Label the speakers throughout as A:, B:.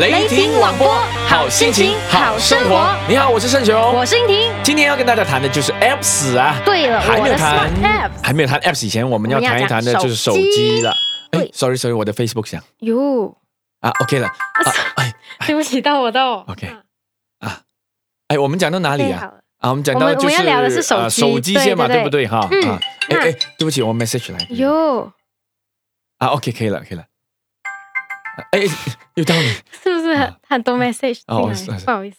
A: 雷霆网播，好心情，好生活。
B: 你好，我是盛雄。
A: 我是英婷。
B: 今天要跟大家谈的就是 Apps 啊。
A: 对了，
B: 还
A: 我
B: 没有
A: 的
B: 谈
A: Smart Apps。
B: 还没有谈 Apps 以前，我们要
A: 我们要
B: 谈一谈的
A: 讲
B: 就是手
A: 手机
B: 机了。哎
A: 对
B: ，sorry sorry，我的 Facebook 响
A: 哟，
B: 啊，OK 了。啊，哎
A: 对不起，到我到我。
B: OK
A: 啊
B: 哎，我们讲到哪里
A: 对
B: 啊？
A: 好了
B: 啊，我们讲
A: 我
B: 到
A: 们
B: 就是
A: 我们要聊的是手机
B: 啊手机先嘛，
A: 对
B: 对
A: 对
B: 不对哈？
A: 嗯
B: 啊，哎
A: 那
B: 哎，对不起，我 message 来。
A: 哟，
B: 啊，OK，可以了，可以了。啊哎，又到你啊
A: 是不是很很多 message
B: 哦
A: 进来
B: 是
A: 不好意思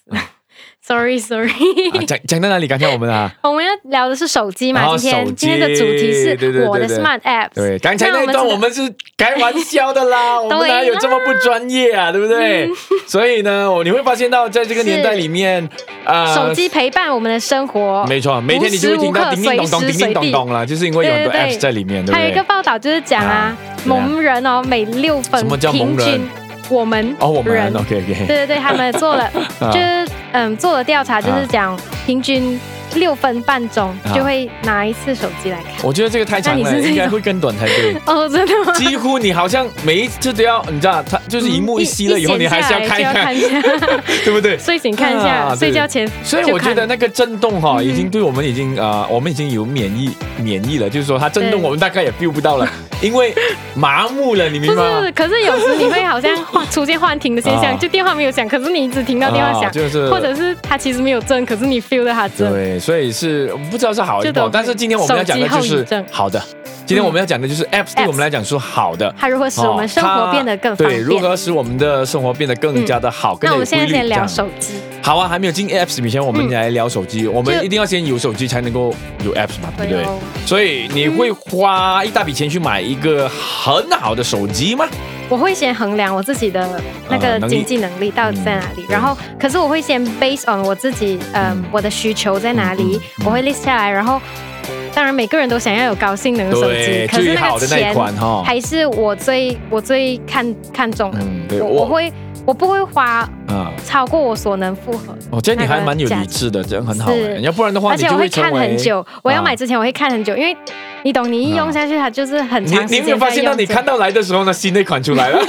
A: ，sorry sorry。
B: 啊，讲讲到哪里？刚才我们啊，
A: 我们要聊的是手机嘛，
B: 哦
A: 今
B: 手
A: 天
B: 机
A: 今天的主
B: 对对
A: 题是
B: 对
A: 我的
B: 对
A: Smart Apps。
B: 对，刚才那
A: 那
B: 一
A: 我
B: 段
A: 们真的
B: 我们是开玩笑的 啦，我们哪有这么不专业啊，对不
A: 嗯
B: 对？所以呢，我你会发现到，在这个年代里面，啊，
A: 手机陪伴我们的生活，
B: 没错，每天你就会听到
A: 无时
B: 叮
A: 无刻
B: 叮咚咚、
A: 随
B: 叮
A: 时随
B: 叮咚
A: 地
B: 咚啦，就是因为有很多
A: 对对对
B: apps 在里面，对不
A: 还有一个
B: 对？
A: 报道就是讲啊
B: 啊，怎样
A: 蒙人哦，每六分
B: 什么叫蒙
A: 平
B: 人
A: 均我们
B: 哦，我们
A: 人
B: OK OK，
A: 对对对，他们做了
B: 啊
A: 就是嗯做了调查，就是讲平均六分半钟
B: 啊
A: 就会拿一次手机来看。
B: 我觉得这个太长
A: 那你
B: 了，
A: 是这
B: 应该
A: 种
B: 会更短才对。
A: 哦，真的吗？
B: 几乎你好像每一次都要，你知道，它就是荧幕一熄了以后，
A: 嗯一
B: 你还是要
A: 闲
B: 看一
A: 下来
B: 看，
A: 就要看一下，
B: 对不对？
A: 睡醒看一
B: 啊
A: 下，
B: 对
A: 睡觉前就看。
B: 所以我觉得那个震动哈、
A: 嗯
B: 已经对我们已经啊、呃我们已经有免疫免疫了，就是说它震动
A: 对
B: 我们大概也 feel 不到 了，因为麻木了，你明
A: 不
B: 白
A: 是
B: 吗？，
A: 可是有时你会 好像幻出现幻听的现象，
B: 啊
A: 就电话没有响，可是你只听到电话响，
B: 就是
A: 或者是它其实没有震，可是你 feel 到它震。
B: 对，所以是不知道是好还是
A: 就
B: 不
A: 懂
B: 好，但是今天我们要讲的就
A: 手机后
B: 是
A: 遗症
B: 好的。今天我们要讲的就是 apps 对
A: Apps
B: 我们来讲是好的，
A: 它如何使我们生
B: 哦
A: 活
B: 它
A: 变得更方
B: 对，如
A: 便？嗯
B: 何使我们的生活变得更加的好，更
A: 那
B: 加
A: 我
B: 有
A: 们现
B: 规
A: 在
B: 律。
A: 先
B: 这
A: 聊
B: 样
A: 手机，
B: 好啊，还没有进 apps 以前，我们
A: 嗯
B: 来聊手机。我
A: 就
B: 们一定要先有手机才能够有 apps 嘛，对不对？
A: 哦
B: 所以你会花一大笔钱去买一个很好的手机吗？
A: 我会先衡量我自己的那
B: 啊
A: 个
B: 能力
A: 经济能力到底在哪里
B: 嗯，
A: 然后可是我会先 based on 我自己，嗯
B: 嗯，
A: 我的需求在哪
B: 嗯
A: 里
B: 嗯，
A: 我会 list 下来，然后。当然，每个人都想要有高性能的手机，
B: 对，
A: 可是
B: 最
A: 那
B: 好的
A: 个
B: 那一
A: 钱
B: 款哈。
A: 还是我最我最看看重的。
B: 嗯，对
A: 我
B: 我
A: 我会我不会花
B: 啊，
A: 超过我所能负荷，
B: 我觉得你还
A: 那个
B: 蛮有
A: 价
B: 理
A: 值
B: 智的，这样很好
A: 是
B: 哎。要不然的话，
A: 而
B: 你
A: 且
B: 就
A: 我
B: 会
A: 会
B: 成
A: 看
B: 为
A: 很久。我要
B: 啊
A: 买之前我会看很久，因为你懂，你一用下去它就是很
B: 你
A: 长时
B: 你
A: 间
B: 有没有发现到
A: 在
B: 你
A: 用着
B: 看到来的时候呢，新的一款出 来了？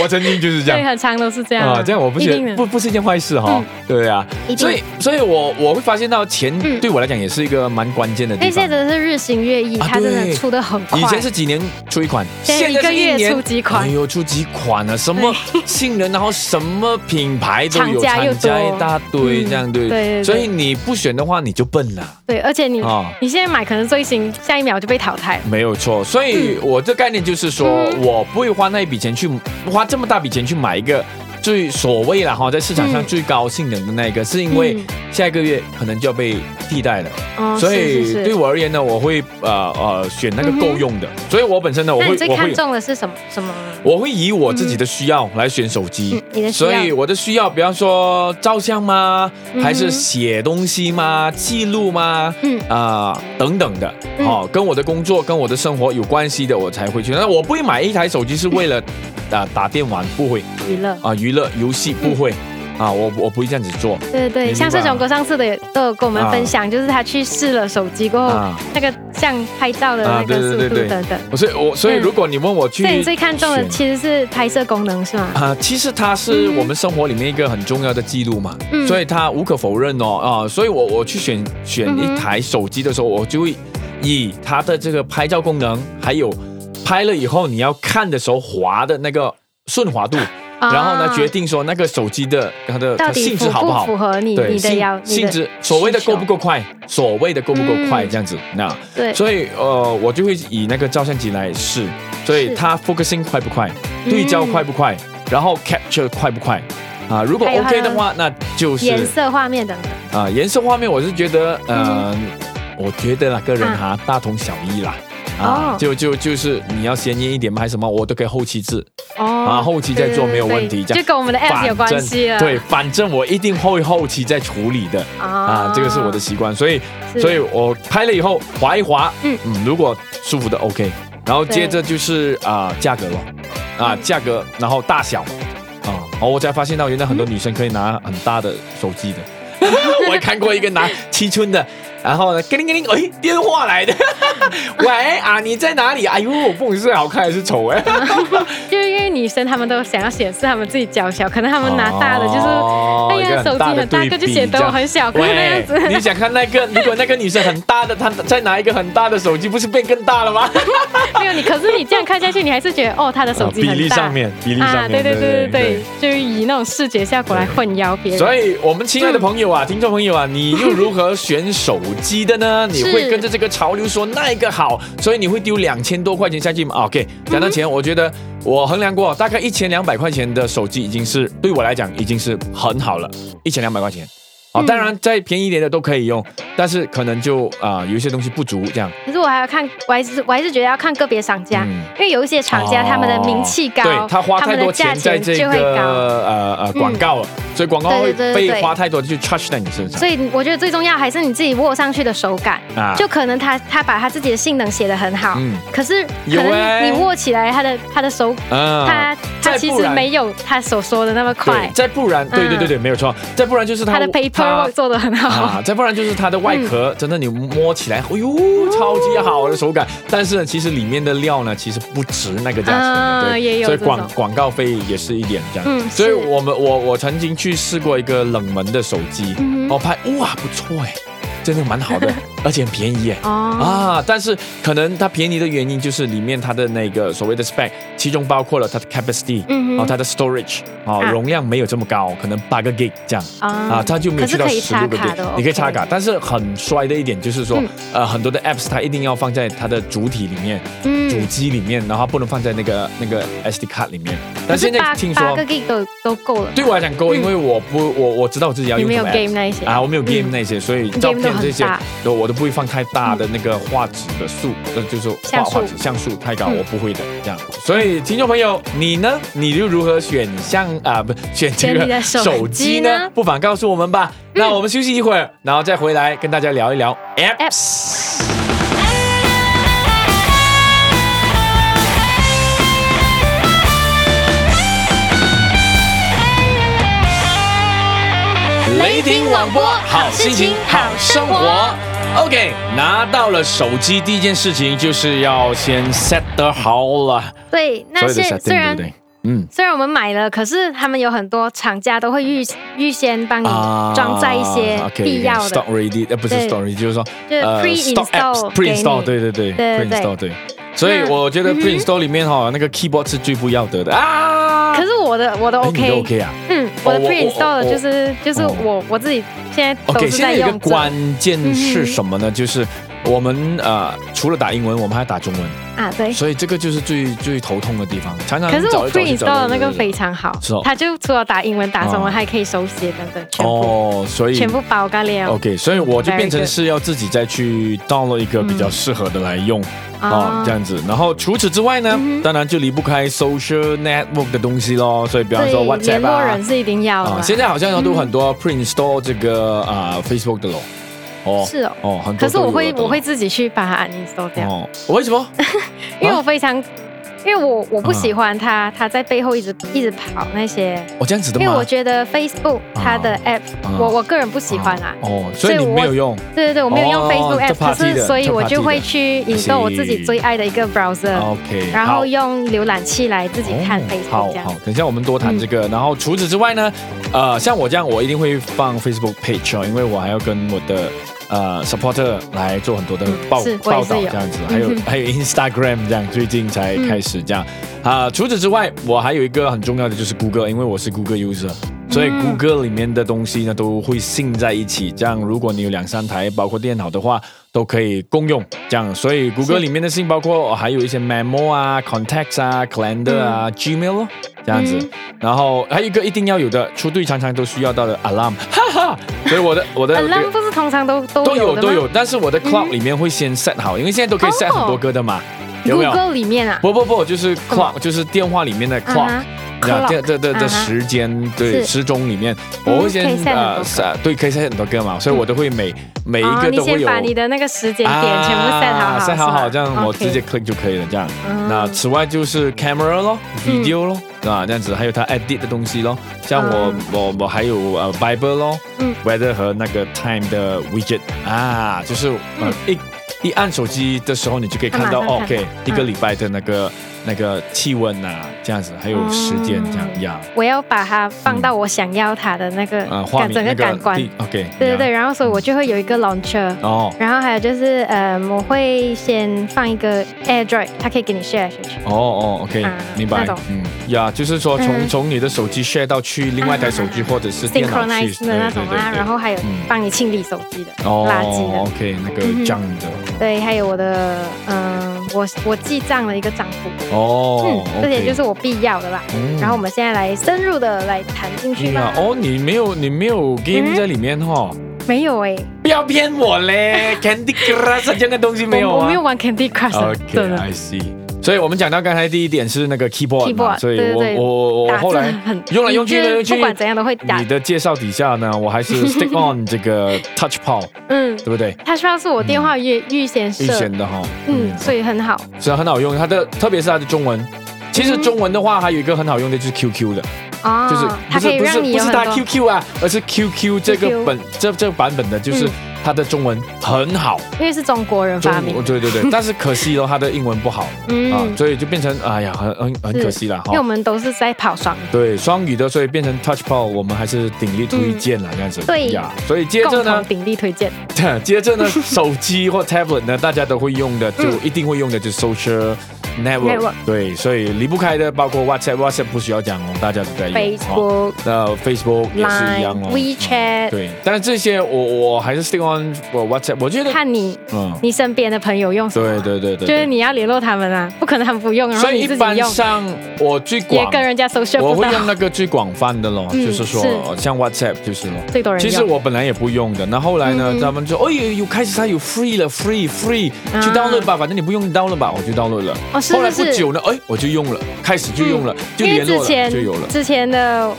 B: 我曾经就是这
A: 对
B: 样
A: 很长都是这样
B: 啊，这样我不
A: 一
B: 觉
A: 定
B: 得
A: 的
B: 不不是一件坏事哈，对啊。
A: 一定
B: 所以所以我我会发现到钱
A: 嗯
B: 对我来讲也是一个蛮关键的
A: 因
B: 地
A: 为现在
B: 方。
A: 真的是日新月异，
B: 啊
A: 它真的
B: 对
A: 出的很快。
B: 以前是几年出一款，
A: 现在
B: 现
A: 一
B: 在
A: 个
B: 是一
A: 月
B: 年
A: 出几款
B: 哎，呦，出几款啊？什么性能，然后什么品牌都有，
A: 厂家又
B: 厂家
A: 多
B: 一大堆，
A: 嗯
B: 这样对
A: 对对
B: 所以你不选的话，你就笨了。
A: 对，而且你
B: 啊
A: 你现在买可能最新，下一秒就被淘汰了。
B: 没有错，所以我这概念就是说，
A: 嗯
B: 我不会花那一笔钱去花这么大笔钱去买一个最所谓啦哈，在市场上
A: 嗯
B: 最高性能的那一个，是因为
A: 嗯
B: 下一个月可能就要被替代了。
A: 哦，
B: 所
A: 是
B: 以
A: 是
B: 对
A: 是。
B: 我而言呢，我会呃呃选那个
A: 嗯哼
B: 够用的。所以我本身呢，我
A: 那
B: 会
A: 你最
B: 我
A: 看
B: 会
A: 重的是什么什么？
B: 我会以我自己的需要来选手机。
A: 嗯你的需
B: 所
A: 要
B: 以我的需要，比方说照相吗，
A: 嗯哼
B: 还是写东西吗，记录吗，
A: 嗯
B: 啊、等等的，
A: 嗯
B: 哦，跟我的工作跟我的生活有关系的，我才会去。那我不会买一台手机是为了
A: 嗯
B: 啊、打电玩，不会
A: 娱乐。
B: 啊、娱乐游戏不会。
A: 嗯
B: 啊，我我不会这样子做
A: 对对
B: 明白
A: 对，像是熊哥上次的也都有跟我们分享，就是他去试了手机过后，
B: 啊，
A: 那个像拍照的
B: 啊
A: 那
B: 对
A: 个
B: 对
A: 速
B: 对
A: 度
B: 对
A: 等等。
B: 所以我所以
A: 嗯
B: 如果你问我去
A: 所以
B: 选，
A: 你最看重的其实是拍摄功能是吗？
B: 啊、其实它是
A: 嗯
B: 我们生活里面一个很重要的记录嘛，
A: 嗯
B: 所以它无可否认哦啊、所以我我去选选
A: 嗯
B: 一
A: 哼
B: 台手机的时候，我就会以它的这个拍照功能，还有拍了以后你要看的时候滑的那个顺滑度，然后呢
A: 啊
B: 决定说那个手机的它的它
A: 到
B: 的
A: 底
B: 性
A: 符
B: 质好
A: 不
B: 好
A: 符。合你
B: 对
A: 你的
B: 性
A: 要你的
B: 性质，所谓的
A: 需
B: 够
A: 求
B: 不够快，所谓的够不够快
A: 嗯
B: 这样子，那、
A: 对，
B: 所以呃，我就会以那个照相机来试，所以
A: 是嗯
B: 它 focusing 快不快，对焦快不快，然后 capture 快不快啊？如果
A: 还有
B: OK
A: 它的
B: 的话，那就是
A: 颜色、画面等等。
B: 啊，颜色画面我是觉得，
A: 嗯
B: 呃，我觉得啦，个人哈、大同小异啦。啊，
A: 哦
B: 就就就是你要鲜艳一点吗？还是什么？我都可以后期制，
A: 哦
B: 啊后期再做
A: 对对对
B: 没有问题这
A: 就
B: 样
A: 跟我们的 app 有关系了。
B: 对，反正我一定会后期再处理的
A: 哦
B: 啊，这个是我的习惯，所以
A: 是
B: 所以我拍了以后划一划，嗯
A: 嗯
B: 如果舒服的 OK，然后接着就是啊、价格了，啊、价格，然后大小，啊、哦，我才发现到原来很多女生可以拿很大的手机的。 我还看过一个拿七寸的，然后呢，叮铃叮铃，哎，电话来的， 喂啊，你在哪里？哎呦，我不管是好看还是丑哎。
A: 就是因为女生她们都想要显示她们自己娇小，可能她们拿大的就是，
B: 哦
A: 哎
B: 一个
A: 呀，
B: 很
A: 手机
B: 大的
A: 很大
B: 对
A: 个就
B: 比
A: 显得
B: 这
A: 我
B: 样
A: 很小个那样
B: 喂
A: 子，。
B: 你想看那个？如果那个女生很大的，她再拿一个很大的手机，不是变更大了吗？
A: 没有你，可是你这样看下去，你还是觉得哦，她的手机
C: 比
A: 很大。
C: 例上面，比例
A: 啊，
C: 上面，
A: 对对对
C: 对
A: 对对，就是以那种视觉效果来混淆别人。
B: 所以，我们亲爱的朋友啊，听众朋友啊，你又如何选手机的呢？
A: 嗯
B: 你会跟着这个潮流说那个好，所以你会丢两千多块钱下去吗啊？OK，讲
A: 嗯
B: 到钱，我觉得我衡量过，大概一千两百块钱的手机已经是对我来讲已经是很好了，一千两百块钱。啊，
A: 嗯
B: 当然再便宜一点的都可以用，但是可能就啊、有一些东西不足这样。
A: 可是我还要看，我还是我还是觉得要看个别商家，
B: 嗯
A: 因为有一些厂家
B: 哦
A: 他们的名气高，
B: 对他花太
A: 们的
B: 多
A: 价
B: 钱在
A: 钱
B: 这
A: 就
B: 个
A: 会高。嗯
B: 呃呃广告了，所以广告会
A: 对对对对
B: 被
A: 对
B: 花太多就 charge 在你身上
A: 所以我觉得最重要还是你自己握上去的手感，
B: 啊。
A: 就可能他他把他自己的性能写得很好，
B: 嗯
A: 可是
B: 有
A: 可能
B: 欸
A: 你握起来他的他的手，
B: 啊
A: 他
B: 再
A: 他
B: 不
A: 其实
B: 然
A: 没有他所说的那么
B: 对
A: 快，，嗯
B: 再不然，对对对对，没有错，再不然就是他
A: 他的嗯 paperwork 做得很
B: 他
A: 好。
B: 啊，再不然就是它的外壳，真的你摸起来，哎
A: 哦
B: 呦，超级好的手感。但是呢，其实里面的料呢，其实不值那个价钱的，
A: 啊
B: 对，
A: 也有
B: 所以
A: 这
B: 广
A: 种
B: 广告费也是一点这样。
A: 嗯
B: 所以
A: 是
B: 我们我我曾经去试过一个冷门的手机，
A: 嗯哼
B: 我哦拍哇不错哎，真的蛮好 的，而且很便宜哎。
A: 哦，
B: 啊，但是可能它便宜的原因就是里面它的那个所谓的 spec，其中包括了它的 capacity，
A: 嗯哼
B: 哦，它的 storage，哦，
A: 啊
B: 容量没有这么高，可能八个 gig 这样。啊，它就没有
A: 可是
B: 去到
A: 可以
B: 十
A: 插
B: 六个
A: 卡
B: gig，
A: 的哦，
B: 你可以插卡，但是很衰的一点就是说
A: 嗯，
B: 呃，很多的 apps 它一定要放在它的主体里面，主
A: 嗯，
B: 机里面，然后不能放在那个那个 SD 卡里面。
A: 可
B: 但
A: 是
B: 现
A: 八
B: 在听
A: 八
B: 说
A: 个，gig 都都够了，
B: 对我来讲够，因为我不我我知道我自己要
A: 你
B: 用
A: 没
B: 什
A: 有
B: 么
A: game
B: app。
A: 那一些
B: 啊，我没有 game
A: 嗯
B: 那些，所以
A: game
B: 照片
A: 都很
B: 这些
A: 大嗯
B: 都我都不会放太大的那个画质的速，呃，就是画
A: 像素
B: 画质像素太高，
A: 嗯
B: 我不会的这样。所以听众朋友，你呢？你就如何选项啊？不，选这
A: 选你
B: 个
A: 的手
B: 手机
A: 机
B: 呢
A: 呢？嗯
B: 不妨告诉我们吧。那我们休息一会儿，然后再回来跟大家聊一聊 apps。雷霆广播，好心情，好生活。OK，拿到了手机，第一件事情就是要先 set 得好了，
A: 对，那
B: 所有的
A: 些
B: setting
A: 虽
B: 对不
A: 然
B: 对？嗯，
A: 虽然我们买了，可是他们有很多厂家都会预预先帮你装载一些必要的
B: 啊 stock ready，呃，不是
A: 对
B: story，就是说呃
A: 就是
B: stock apps pre-install，
A: pre-install 给你。
B: 对对对
A: 对对对
B: ，pre-install 对。所以
A: 那
B: 我觉得
A: 嗯哼
B: pre-install 里面哈，那个 keyboard 是最不要得的啊。
A: 可是我的我的
B: 哎你
A: OK，,
B: 都 OK 啊
A: 嗯，我的
B: 我
A: pre
B: 我
A: install 的就是就是
B: 哦
A: 我我自己现在都
B: ？OK，
A: 是
B: 现在
A: 在
B: 有一个
A: 用着嗯
B: 关键是什么呢？就是我们呃，除了打英文，我们还打中文。
A: 啊，对。
B: 所以这个就是最最头痛的地方，常常
A: 可是
B: 找
A: 我
B: 一找
A: pre
B: 就
A: install
B: 找
A: 的那个非
B: 非
A: 常好
B: 是哦，
A: 它就除了打英文、打中
B: 哦
A: 文，还可以手写等等，全部
B: 哦，所以
A: 全部包干了。
B: OK，所以我就
A: Very
B: 变成
A: good 嗯
B: 是要自己再去 download 一个比较适合的来用哦，这样子。然后除此之外呢，
A: 啊嗯哼
B: 当然就离不开 social network 的东西咯，所以比方说
A: 对，联
B: WhatsApp
A: 络
B: 啊
A: 人，是一定要的
B: 啊，
A: 嘛。嗯
B: 现在好像都很多 print store 这个啊 Facebook 的咯，哦
A: 是哦，
B: 哦，很多
A: 可是
B: 都有
A: 我会
B: 了咯
A: 我会自己去把它 uninstall 掉。
B: 哦，啊为什么？
A: 因为我非常，因为我我不喜欢他，他在背后一直一直跑那些，
B: 哦，这样啊子的
A: 因为
B: 吗
A: 我？觉得 Facebook 它的 app，
B: 啊
A: 我我个人不喜欢啊啦。
B: 哦，所以
A: 所以
B: 你
A: 我
B: 没有用
A: 对对对，我没有用
B: 哦
A: Facebook
B: 这
A: app，可
B: party 的
A: 是所以
B: 这
A: 我
B: party
A: 就会去引
B: 的
A: 动我自己最爱的一个 browser，
B: ，OK，
A: 然
B: 好
A: 后用浏览器来自己看
B: 哦
A: Facebook
B: 好
A: 这样嗯
B: 好。，等一下我们多谈这个。然后除此之外呢，呃，像我这样，我一定会放 Facebook page 哦，因为我还要跟我的呃 supporter 来做很多的报
A: 是我也
B: 报
A: 是
B: 道
A: 有
B: 这样子，还有
A: 嗯哼嗯
B: 还有 Instagram 这样，最近才开始这样啊。除此之外，我还有一个很重要的就是 Google，因为我是 Google user。所以
A: 嗯
B: Google 里面的东西呢都会sync 在一起，这样如果你有两三台，包括电脑的话，都可以共用。这样，所以谷歌里面的事情包括还有一些 memo 啊、contacts 啊、calendar 啊、Gmail 咯，这样子。
A: 嗯
B: 然后还有一个一定要有的，出队常常都需要到的 alarm，哈哈。所以我的我的这
A: Alarm
B: 个
A: 不是通常都都
B: 都有
A: 有的
B: 都
A: 吗嗯
B: 有，但是我的 clock 里面会先 set 好，因为现在都可以 set
A: 哦
B: 很多个的嘛，有没有？
A: ？Google 里面啊，
B: 不不不，就是 clock，就是电话里面的 clock。
A: 啊
B: 啊，
A: Clock，
B: 这这这这
A: 啊哈
B: 时间对
A: 是
B: 时钟里面，
A: 嗯
B: 我会先
A: 可以 set 很多个
B: 呃对可以 set 很多歌嘛，所以我都会每每一
A: 哈哦
B: 个
A: 你
B: 都会
A: 先
B: 有啊
A: 把你的那个时间点全部 set 好好
B: ，set 好好，
A: 是吧
B: 这样我
A: OK
B: 直接 click 就可以了，这样。
A: 嗯
B: 那此外就是 camera 咯，video 咯，啊，这样子，还有它 edit 的东西咯，像我、
A: 嗯
B: 我我还有呃 Viber 咯，
A: 嗯
B: ，Weather 和那个 Time 的 widget 啊，就是呃、一一按手机的时候，你就可以看到
A: 嗯它马
B: 哦
A: 上看
B: OK 一
A: 嗯
B: 个礼拜的那个、那个气温呐、这样子，还有时间这样呀，
A: 我要把它放到我想要它的那个
B: 啊，画
A: 感
B: 面
A: 整
B: 那
A: 个感官，
B: 地 OK，
A: 对对对，
B: 呀，
A: 然后所以我就会有一个 launcher。
B: 哦
A: 然后还有就是，呃，我会先放一个 AirDrop，它可以给你 share 出去。
B: 哦哦，OK，、
A: 啊
B: 明白
A: 那种，
B: 嗯，呀，就是说从、
A: 嗯
B: 从你的手机 share 到去另外一台手机、或者是电脑去
A: synchronize 的那种
B: 对对对
A: 啊，
B: 对
A: 然后还有
B: 嗯
A: 帮你清理手机的、
B: 哦
A: 垃圾的，
B: ，OK，那个
A: 嗯哼
B: j u n 的，
A: 对，还有我的，嗯、我我记账的一个账户，
B: 哦，
A: 嗯，这些就是我必要的啦。
B: 嗯
A: 然后我们现在来深入的来谈进去
B: 嗯
A: 吧
B: 啊。哦，你没有你没有 game
A: 嗯
B: 在里面哈、
A: 没有哎、
B: 不要骗我 嘞，Candy Crush 这样的东西没有
A: 我我
B: 啊
A: 没有玩 Candy Crush，、真的
B: OK，I see。所以我们讲到刚才第一点是那个 keyboard，嘛
A: Keyboard，
B: 所以
A: 对对
B: 我
A: 对
B: 我我哎我
A: 打
B: 后
A: 字
B: 来
A: 很
B: 用来用去
A: 你就
B: 用来用去
A: 不管怎样都会打
B: 你。的介绍底下呢，我还 是 stick on 这个 touch pad，
A: 嗯，
B: 对不对？
A: 它需要是我电话预、预
B: 嗯
A: 先
B: 预
A: 设
B: 先，的哈，
A: 嗯，所以嗯很好。
B: 所以很好用，它的特别是它的中文。其实中文的话，还有一个很好用的就是 QQ 的，
A: 哦，
B: 就是
A: 它
B: 不
A: 可
B: 是
A: 以
B: 不是
A: 让你
B: 不
A: 有
B: 是
A: 很
B: 它
A: 多
B: QQ 啊，而是 QQ 这个
A: QQ
B: 本这这个版本的，就是
A: 嗯
B: 它的中文很好，
A: 因为是中国人
B: 中
A: 发明，
B: 对对 对，但是可惜咯，它的英文不好啊
A: 嗯，，
B: 所以就变成哎呀，很很很
A: 是
B: 可惜啦
A: 因为我
B: 哈。
A: 们都是在跑双语，
B: 对双语的，所以变成 Touch Pad，我们还是鼎力推荐啦，这样子。
A: 对
B: 呀，所以接着
A: 共
B: 呢
A: 同，鼎力推荐。
B: 接着 呢，手机或 tablet 呢，大家都会用的，就
A: 嗯
B: 一定会用的，就是 social network。
A: Network
B: 对，所以离不开的，包括 WhatsApp，WhatsApp 不需要讲哦，大家都在用。哦
A: Facebook、
B: 那 Facebook 也是一样
A: Line、
B: 哦。
A: WeChat，
B: 对，但是这些我我还是 stick on 我 WhatsApp，我觉得，
A: 看你
B: 嗯，
A: 你身边的朋友用什么
B: 对
A: 啊，
B: 对对对，
A: 就是你要联络他们啊，不可能他们不用，然后
B: 所以
A: 你自
B: 一
A: 己
B: 般
A: 用，
B: 上我最
A: 也
B: 广，
A: 跟人家 social
B: 我
A: 不
B: 会
A: 到，
B: 用那个最广泛的咯，
A: 嗯
B: 就是说
A: 是
B: 像 WhatsApp 就是咯。
A: 最多人
B: 其
A: 用。
B: 实我本来也不用的，那后来呢
A: 嗯，嗯
B: 他们说，哎呦，有开始它有 free 了，free free，
A: 啊
B: 去 download 吧，反正你不用 download 吧，我就 download 了。
A: 哦是
B: 后来不
A: 是是，
B: 久呢，哎，我就用了，开始就用了，就
A: 因为
B: 联
A: 之
B: 络了，
A: 前
B: 就有了。
A: 之前的
B: 嗯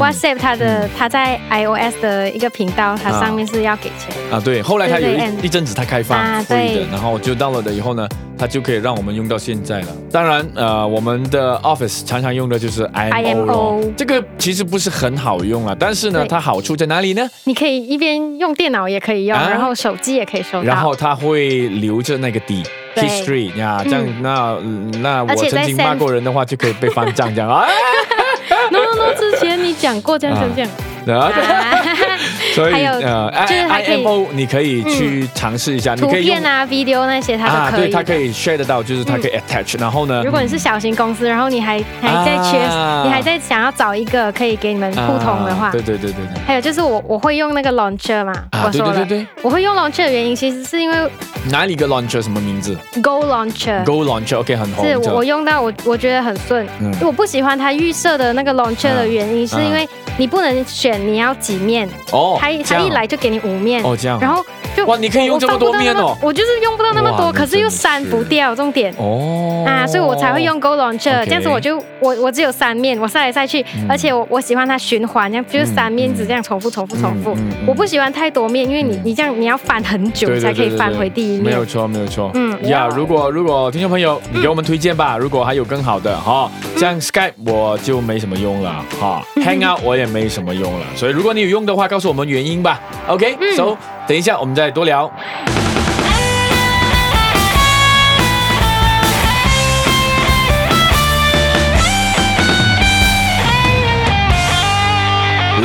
A: WhatsApp 它的它在 iOS 的一个频道，它上面是要给钱，
B: 啊，对，后来它有
A: 对对
B: 一一阵子它开放
A: 啊
B: free 的
A: 对，
B: 然后我就 download 了以后呢，它就可以让我们用到现在了。当然，呃，我们的 Office 常常用的就是 IMO，, 咯
A: IMO
B: 这个其实不是很好用啊，但是呢，
A: 对
B: 它好处在哪里呢？
A: 你可以一边用电脑也可以用，
B: 啊
A: 然后手机也可以收
B: 然
A: 到，
B: 后它会留着那个底。
A: 对
B: history 呀，这样
A: 嗯
B: 那那我
A: 而且
B: 曾
A: 在
B: 经骂
A: send-
B: 过人的话就可以被翻账这样 啊，
A: no no no，之前你讲过这样这样这样。
B: 然后
A: 啊
B: 所以
A: 还有
B: 呃
A: 就是还可以嗯
B: IMO 你可以去尝试一下，你
A: 图
B: 可以用
A: 片啊、video 那些，它
B: 啊，
A: 都可
B: 对，
A: 以。嗯
B: 它可以 share 得到，就是它可以 attach，然后呢，
A: 如果你是小型公司，然后你还还在缺，
B: 啊
A: 你还在想要找一个可以给你们互通的话，
B: 啊对对对对对。
A: 还有就是我我会用那个 launcher 嘛，
B: 啊，
A: 我
B: 对
A: 说
B: 对
A: 了，
B: 对对，
A: 我会用 launcher 的原因其实是因为
B: 哪里个 launcher 什么名字
A: Go launcher。
B: ？Go launcher，OK，、很红。
A: 是
B: 这
A: 我我用到我我觉得很顺，
B: 嗯
A: 因为我不喜欢它预设的那个 launcher 的原因，是
B: 啊
A: 因为你不能选你要几面，
B: 哦，
A: 它一
B: 这
A: 它
B: 样
A: 一来就给你五面，
B: 哦这样，
A: 然后就
B: 哇，你可以用这么多面哦
A: 我放不到那么，我就是用不到那么
B: 哇
A: 多，
B: 那
A: 可是又
B: 真是
A: 删不掉重点。
B: 哦
A: 啊，所以我才会用 Go Launcher，、
B: OK
A: 这样子我就我我只有三面，我晒来晒去，
B: 嗯
A: 而且我我喜欢它循环，这样就是三面
B: 嗯
A: 子这样重复重复重复。
B: 嗯嗯嗯
A: 我不喜欢太多面，因为你、你这样你要翻很久
B: 对对
A: 才可
B: 对
A: 以
B: 对
A: 翻
B: 对
A: 回第一
B: 没
A: 面
B: 有。错，没有错。
A: 嗯
B: 呀、
A: 哇
B: 如果如果听众朋友，你给我们推荐吧。如果还有更好的哈，
A: 嗯
B: 像 Skype 我就没什么用了哈，Hangout 我也没什么用了。所以如果你有用的话，告诉我们原因吧。OK，so、等一
A: 嗯
B: 下我们再多聊。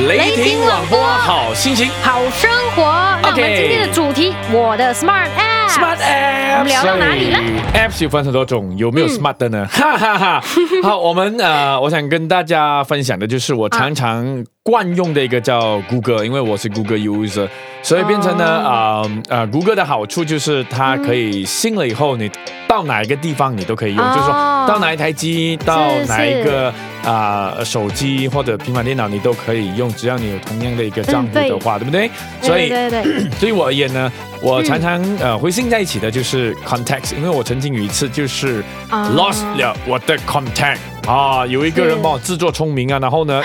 B: 雷霆广播好心情。
A: 好生活，那我
B: OK
A: 们今天的主题，我的 Smart App。
B: Smart App，
A: 我们聊到哪里了嗯
B: ？App 有分很多种，有没有 Smart 的呢？ 哈哈 哈！好，我们呃，我想跟大家分享的就是我常常惯用的一个叫 Google，因为我是 Google user，所以变成呢，
A: 哦
B: 啊呃，Google 的好处就是它可以信了以后，你到哪一个地方你都可以用，
A: 哦
B: 就是说到哪一台机，到
A: 是
B: 哪一个啊、呃手机或者平板电脑你都可以用，只要你有同样的一个账户
A: 嗯对
B: 的话，对不对？所
A: 对
B: 以
A: 对对对，
B: 对于我而言呢，
A: 嗯
B: 我常常、呃会信在一起的就是 contacts，因为我曾经有一次就是
A: 啊
B: lost 了我的 contact 啊，有一个人
A: 是
B: 帮我自作聪明啊，然后呢，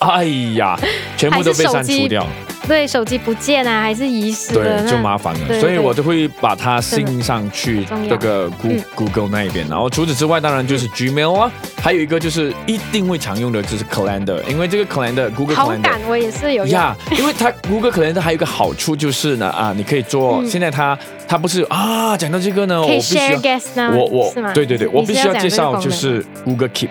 B: 哎呀，全部
A: 还
B: 都
A: 嗯是
B: 被
A: 手
B: 删除
A: 机
B: 掉。
A: 对手机不见啊，还是遗失了，
B: 对，
A: 那
B: 就麻烦了，
A: 对
B: 所以
A: 对
B: 我就会把它信上去
A: 真
B: 这
A: 的
B: 个 Goo-
A: 嗯
B: Google 那一边。然后除此之外，当然就是 Gmail 啊，还有一个就是一定会常用的就是 Calendar，因为这个 Calendar Google
A: 好
B: Calendar
A: 感啊我也是有用。
B: 呀因为它 Google Calendar 还有一个好处就是呢，啊，你可以做。
A: 嗯
B: 现在它它不是啊，讲到这个呢，我
A: 可以
B: 必须
A: share
B: 要
A: guest 呢？
B: 我我
A: 是吗？
B: 对对对，我
A: 你
B: 必
A: 是
B: 须要
A: 讲
B: 介
A: 这个
B: 绍
A: 功
B: 就
A: 能
B: 是 Google Keep。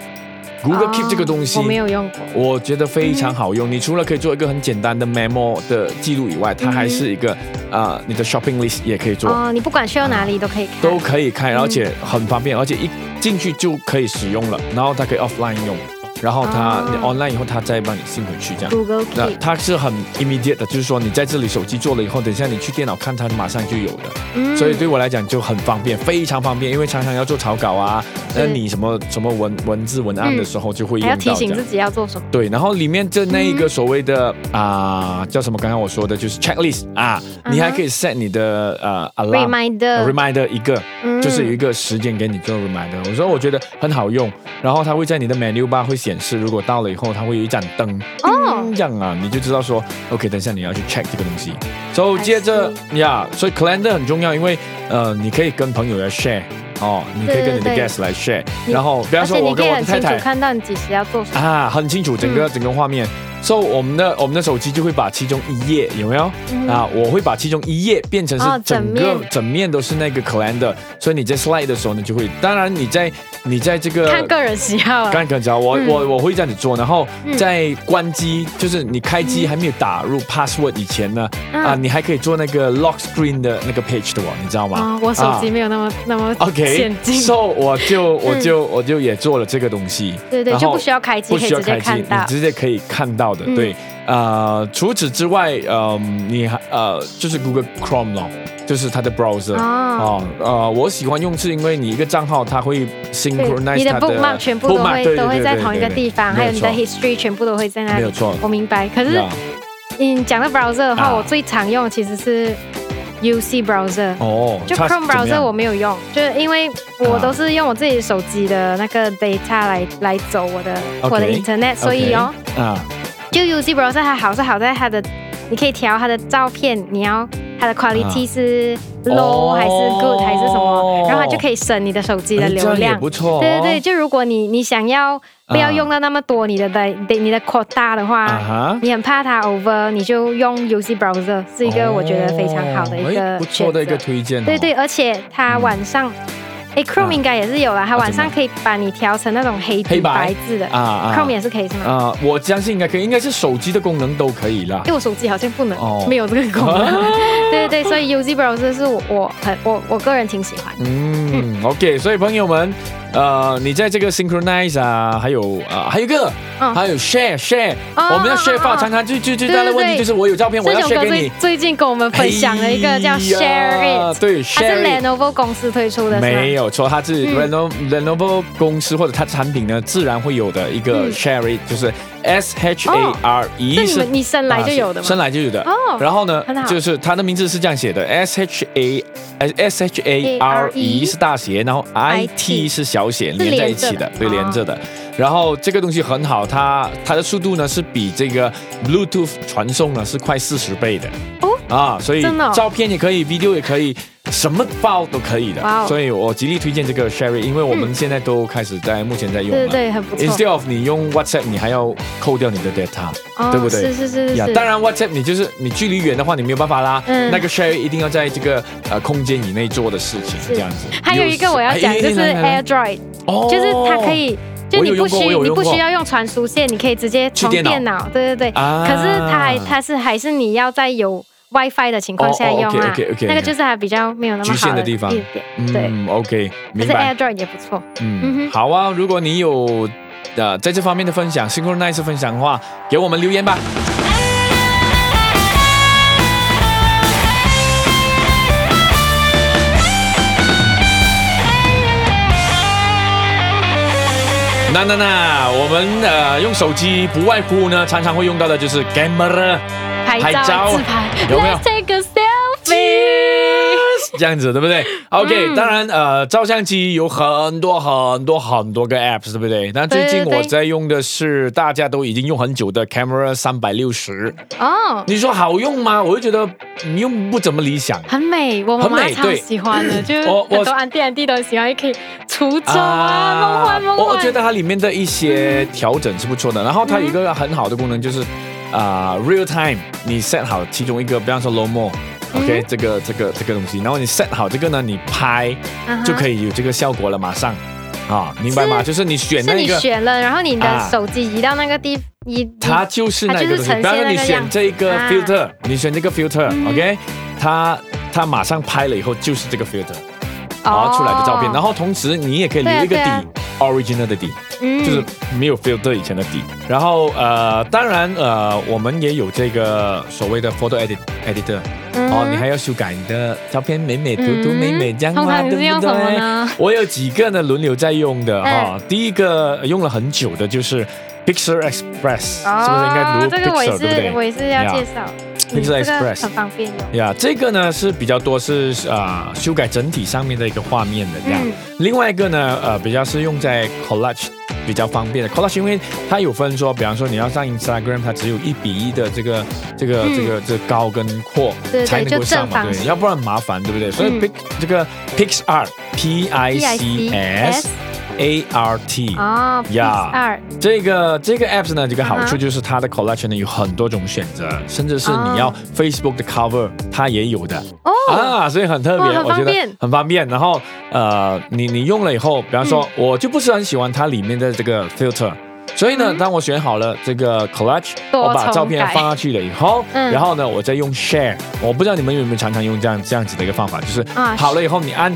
B: Google
A: 哦
B: Keep 这个东西，
A: 我没有嗯用过。
B: 我觉得非常好用。你除了可以做一个很简单的 memo 的记录以外，它
A: 嗯哼
B: 还是一个啊、你的 shopping list 也可以做，
A: 哦，你不管去到哪里都可以看。
B: 都可以看，
A: 嗯
B: 而且很方便，而且一进去就可以使用了。然后它可以 offline 用，然后它、
A: 哦
B: 你 online 以后它再帮你信回去这样。
A: Google
B: 啊那
A: Keep，
B: 它是很 immediate 的，就是说你在这里手机做了以后，等一下你去电脑看，它马上就有了。
A: 嗯
B: 所以对我来讲就很方便，非常方便，因为常常要做草稿啊，那
A: 是
B: 你什么什么文文字文案的时候就会用
A: 还
B: 到
A: 要提
B: 这
A: 醒
B: 样
A: 自。己要嗯做什么。
B: 对，然后里面这那一个所谓的啊、叫什么？刚刚我说的就是 checklist 啊，你还可以 set 你的呃 alarm
A: 嗯 Reminder，
B: reminder 一个，
A: 嗯
B: 就是有一个时间给你做 reminder。我说我觉得很好用，然后它会在你的 menu bar 会显示，如果到了以后它会有一盏灯，
A: 哦
B: 这样啊，你就知道说，OK，等一下你要去 check 这个东西。所、so,
A: I
B: 接着呀所以 calendar 很重要，因为呃，你可以跟朋友来 share 哦，你可以跟你的
A: 对对对
B: guest 来 share，
A: 你
B: 然后比方
A: 而
B: 说
A: 且
B: 我
A: 你可
B: 跟
A: 以
B: 我
A: 很
B: 的太
A: 清楚嗯
B: 太
A: 看到你几时要做什么。
B: 啊，很清楚整个、整个画面。所、以我们的我们的手机就会把其中一页有没有、
A: 嗯
B: 啊？我会把其中一页变成是
A: 哦整
B: 整个、
A: 面
B: 整面都是那个 calendar，所以你在 slide 的时候呢，就会。当然你在你在这个
A: 看个人喜好啊。
B: 刚刚讲，我、
A: 嗯
B: 我我会这样子做，然后
A: 嗯
B: 在关机，就是你开机还没有打入 password 以前呢，
A: 嗯
B: 啊，你还可以做那个 lock screen 的那个 page 的哦，你知道吗？
A: 啊，我手机没有那么那么
B: OK，
A: 先进，
B: so 我就我就我就也做了这个东西，
A: 嗯对对，
B: 然
A: 就
B: 后
A: 不需要开机，
B: 不
A: 可以
B: 需要
A: 直
B: 开
A: 接
B: 机，
A: 看到
B: 你。直接可以看到的。
A: 嗯
B: 对，呃，除此之外，呃，你还呃就是 Google Chrome 咯，就是它的 browser
A: 哦，
B: 哦，呃，我喜欢用是因为你一个账号它会
A: 对
B: synchronize，
A: 你的
B: 它
A: bookmark 全部都
B: bookmark，对
A: 会都
B: 对
A: 会
B: 对
A: 在
B: 对
A: 同一个
B: 对
A: 地方，
B: 没
A: 还有
B: 错
A: 你的 history 全部都会在那
B: 没有
A: 里。
B: 错。
A: 我明白，可是
B: Yeah
A: 你讲到 browser 的话，
B: 啊
A: 我最常用其实是 UC browser。
B: 哦，
A: 就
B: 它
A: Chrome
B: 怎么
A: browser
B: 样
A: 我没有用，就是因为我
B: 啊
A: 都是用我自己手机的那个 data 来来走我的我的
B: 啊 OK，
A: internet，所以哦，
B: 啊，
A: 就 UC browser 它好是好在它的，你可以调它的照片，你要它的 quality 是 low、
B: 啊哦
A: 还是 good 还是什么，然后它就可以省你的手机的
B: 哎这
A: 流
B: 样也
A: 量。
B: 不错哦，
A: 对对对，就如果你你想要不要用到那么多你的的、你的 quota 的话，
B: 啊哈。
A: 你很怕它 over，你就用 UC browser 是一个我觉得非常好的一
B: 哎
A: 个
B: 哦不错的一个
A: 选择
B: 推荐哦，
A: 对对，而且它晚上，哎，Chrome 应该也是有啦，它晚
B: 啊
A: 上可以把你调成那种黑
B: 黑
A: 底
B: 白
A: 白字的
B: 啊啊
A: ，Chrome 也是可以是吗？
B: 啊，我相信应该可以，应该是手机的功能都可以啦
A: 因。为我手机好像不能
B: 哦，
A: 没有这个功能。 对对对，所以 UZ Browser 是我我很我我个人挺喜欢。
B: 嗯，OK，所以朋友们，呃，你在这个 synchronize 啊，还有啊，还有一个，
A: 嗯
B: 还有 share share，
A: 哦
B: 我们要 share
A: 哦
B: 发，
A: 哦
B: 常常最最最大的问题
A: 对对对
B: 就是我有照 片，我
A: 这
B: 要
A: 首歌
B: share 给
A: 最
B: 你。
A: 最近跟我们分享了一个叫
B: 哎呀
A: Share It，
B: 对
A: 它是
B: ，share it。
A: Lenovo 公司推出的，
B: 没
A: 是吗？
B: 有错，它是
A: 嗯
B: Lenovo、Lenovo 公司或者它产品呢，自然会有的一个
A: 嗯
B: share it，、就是 S H A R
A: 这
B: E，
A: 你
B: 是
A: 们你生来就有的
B: 啊
A: 吗？
B: 是生来就有的。
A: 哦
B: 然后呢
A: 很，好
B: 就是它的名字是这样写的：S H A 呃 S H A R E
A: ARE
B: 是大写，然后 I T 是小写，连在一起的，对，
A: 是连着的
B: 连
A: 啊
B: 着的。然后这个东西很好，它它的速度呢是比这个 Bluetooth 传送呢是快四十倍的。
A: 哦
B: 啊，所以
A: 真的哦
B: 照片也可以，video 也可以，什么包都可以的。
A: 哇哦
B: 所以我极力推荐这个 Sherry，因为我们
A: 嗯
B: 现在都开始在目前在用了。
A: 对对对，很不错
B: Instead。of 你用 WhatsApp，你还要扣掉你的 data，、
A: 哦
B: 对不对？
A: 是是是是
B: 呀
A: 是。
B: 当然 WhatsApp 你就是你距离远的话，你没有办法啦。
A: 嗯
B: 那个 share 一定要在这个呃空间以内做的事情，
A: 是
B: 这样子。
A: 还有一个我要讲就是
B: 哎来来来
A: AirDroid，
B: 哦
A: 就是它可以，就
B: 我
A: 你
B: 有
A: 不
B: 用过我
A: 需
B: 有
A: 你
B: 用
A: 不
B: 过
A: 需要用传输线，你可以直接从
B: 去电脑
A: 电脑，对对对。
B: 啊
A: 可是它还它是还是你要在有 WiFi 的情况下
B: 哦哦
A: 用啊
B: OK，OK，OK，，
A: 那个就是还比较没有那么
B: 局限
A: 好
B: 的
A: 的
B: 地方
A: 一点，对。
B: 嗯，OK，
A: 可
B: 明
A: 是
B: 白。
A: AirDrop 也不错，
B: 嗯，
A: 嗯哼
B: 好啊，如果你有呃在这方面的分享，synchronize 分享的话，给我们留言吧。那那那，我们呃用手机不外乎呢，常常会用到的就是 camera。
A: 拍
B: 拍照啊
A: 照自拍
B: 有没有
A: ，Let's take a selfie。
B: 这样子，对不
A: 嗯
B: 对？OK，、当然呃，照相机有很多很多很多个 apps，对不对？那最近
A: 对对
B: 我在用的是大家都已经用很久的 Camera 三百六十，
A: 哦，
B: 你说好用吗？我就觉得嗯用不怎么理想。
A: 很美，我妈
B: 很
A: 妈
B: 美
A: 超
B: 对
A: 喜 欢的，就是
B: 我我
A: 很多安弟安弟都喜欢，也可以滁州啊，梦幻梦
B: 我
A: 幻。
B: 我觉得它里面的一些调整是不错的，然后它有一个很好的功能就是，啊、r e a l time，你 set 好其中一个，比方说 low mo。OK，、这
A: 嗯
B: 个这个这个东西，然后你 set 好这个呢，你拍就可
A: 以。
B: 以有这个效果了，马上啊，明白吗？
A: 是
B: 就是你选
A: 是
B: 那
A: 你
B: 个，
A: 选了，然后你
B: 啊
A: 的手机移到那个地移，
B: 它就是那
A: 它就
B: 个
A: 是
B: 东西。
A: 呈
B: 比方
A: 现
B: 说你
A: 那个
B: 选
A: 样
B: 这个
A: 啊
B: filter，、你选这个 filter，OK，、
A: 嗯
B: OK，它它马上拍了以后就是这个 filter，
A: 哦
B: 然后出来的照片，然后同时你也可以留一个
A: 对
B: 底、
A: 啊
B: original 的底。
A: 嗯
B: 就是没有 filter 以前的底。然后呃，当然呃，我们也有这个所谓的 photo edit editor，、哦，你还要修改你的照片美美嘟嘟
A: 嗯
B: 美美这样
A: 通
B: 吗？
A: 常你是
B: 对
A: 用
B: 不
A: 什么
B: 对？
A: 呢？
B: 我有几个呢轮流在用
A: 嗯
B: 的哈、第一个用了很久的就是 Picture Express，、是不是应该
A: 哦
B: 读
A: 这个我也
B: Picture 对
A: 是
B: 不
A: 我
B: 对？
A: 也是要
B: Yeah
A: 介绍，
B: Pixel
A: 嗯这个
B: Express
A: 很方便用。
B: 呀这个呢是比较多是啊、呃修改整体上面的一个画面的这样。
A: 嗯
B: 另外一个呢，呃，比较是用在 collage 比较方便的 collage，因为它有分说，比方说你要上 Instagram，它只有一比一的这个这个、
A: 嗯
B: 这个这高跟阔
A: 对对
B: 才能够
A: 就正
B: 上嘛，
A: 方
B: 对，
A: 形
B: 要不然很麻烦，对不对？所以
A: 嗯
B: pic、这个 pixart p i c s
A: PICS
B: a r t
A: 哦 p
B: 呀
A: 二
B: 这个这个 apps 呢，这个好
A: 啊
B: 处
A: 哈
B: 就是它的 collection 呢有很多种选择，甚至是你要
A: 哦
B: Facebook 的 cover 它也有的
A: 哦，
B: 啊，所以很特别，
A: 哇很
B: 我觉
A: 方
B: 得
A: 便
B: 很方便。然后呃，你你用了以后，比方说，
A: 嗯
B: 我就不是很喜欢它里面的这个 filter。所以呢，
A: 嗯
B: 当我选好了这个 collage，
A: 多
B: 我把
A: 重
B: 照片
A: 改
B: 放上去了以后，
A: 嗯
B: 然后呢，我再用 share。我不知道你们有没有常常用这样这样子的一个方法，就是
A: 啊
B: 好了以后你按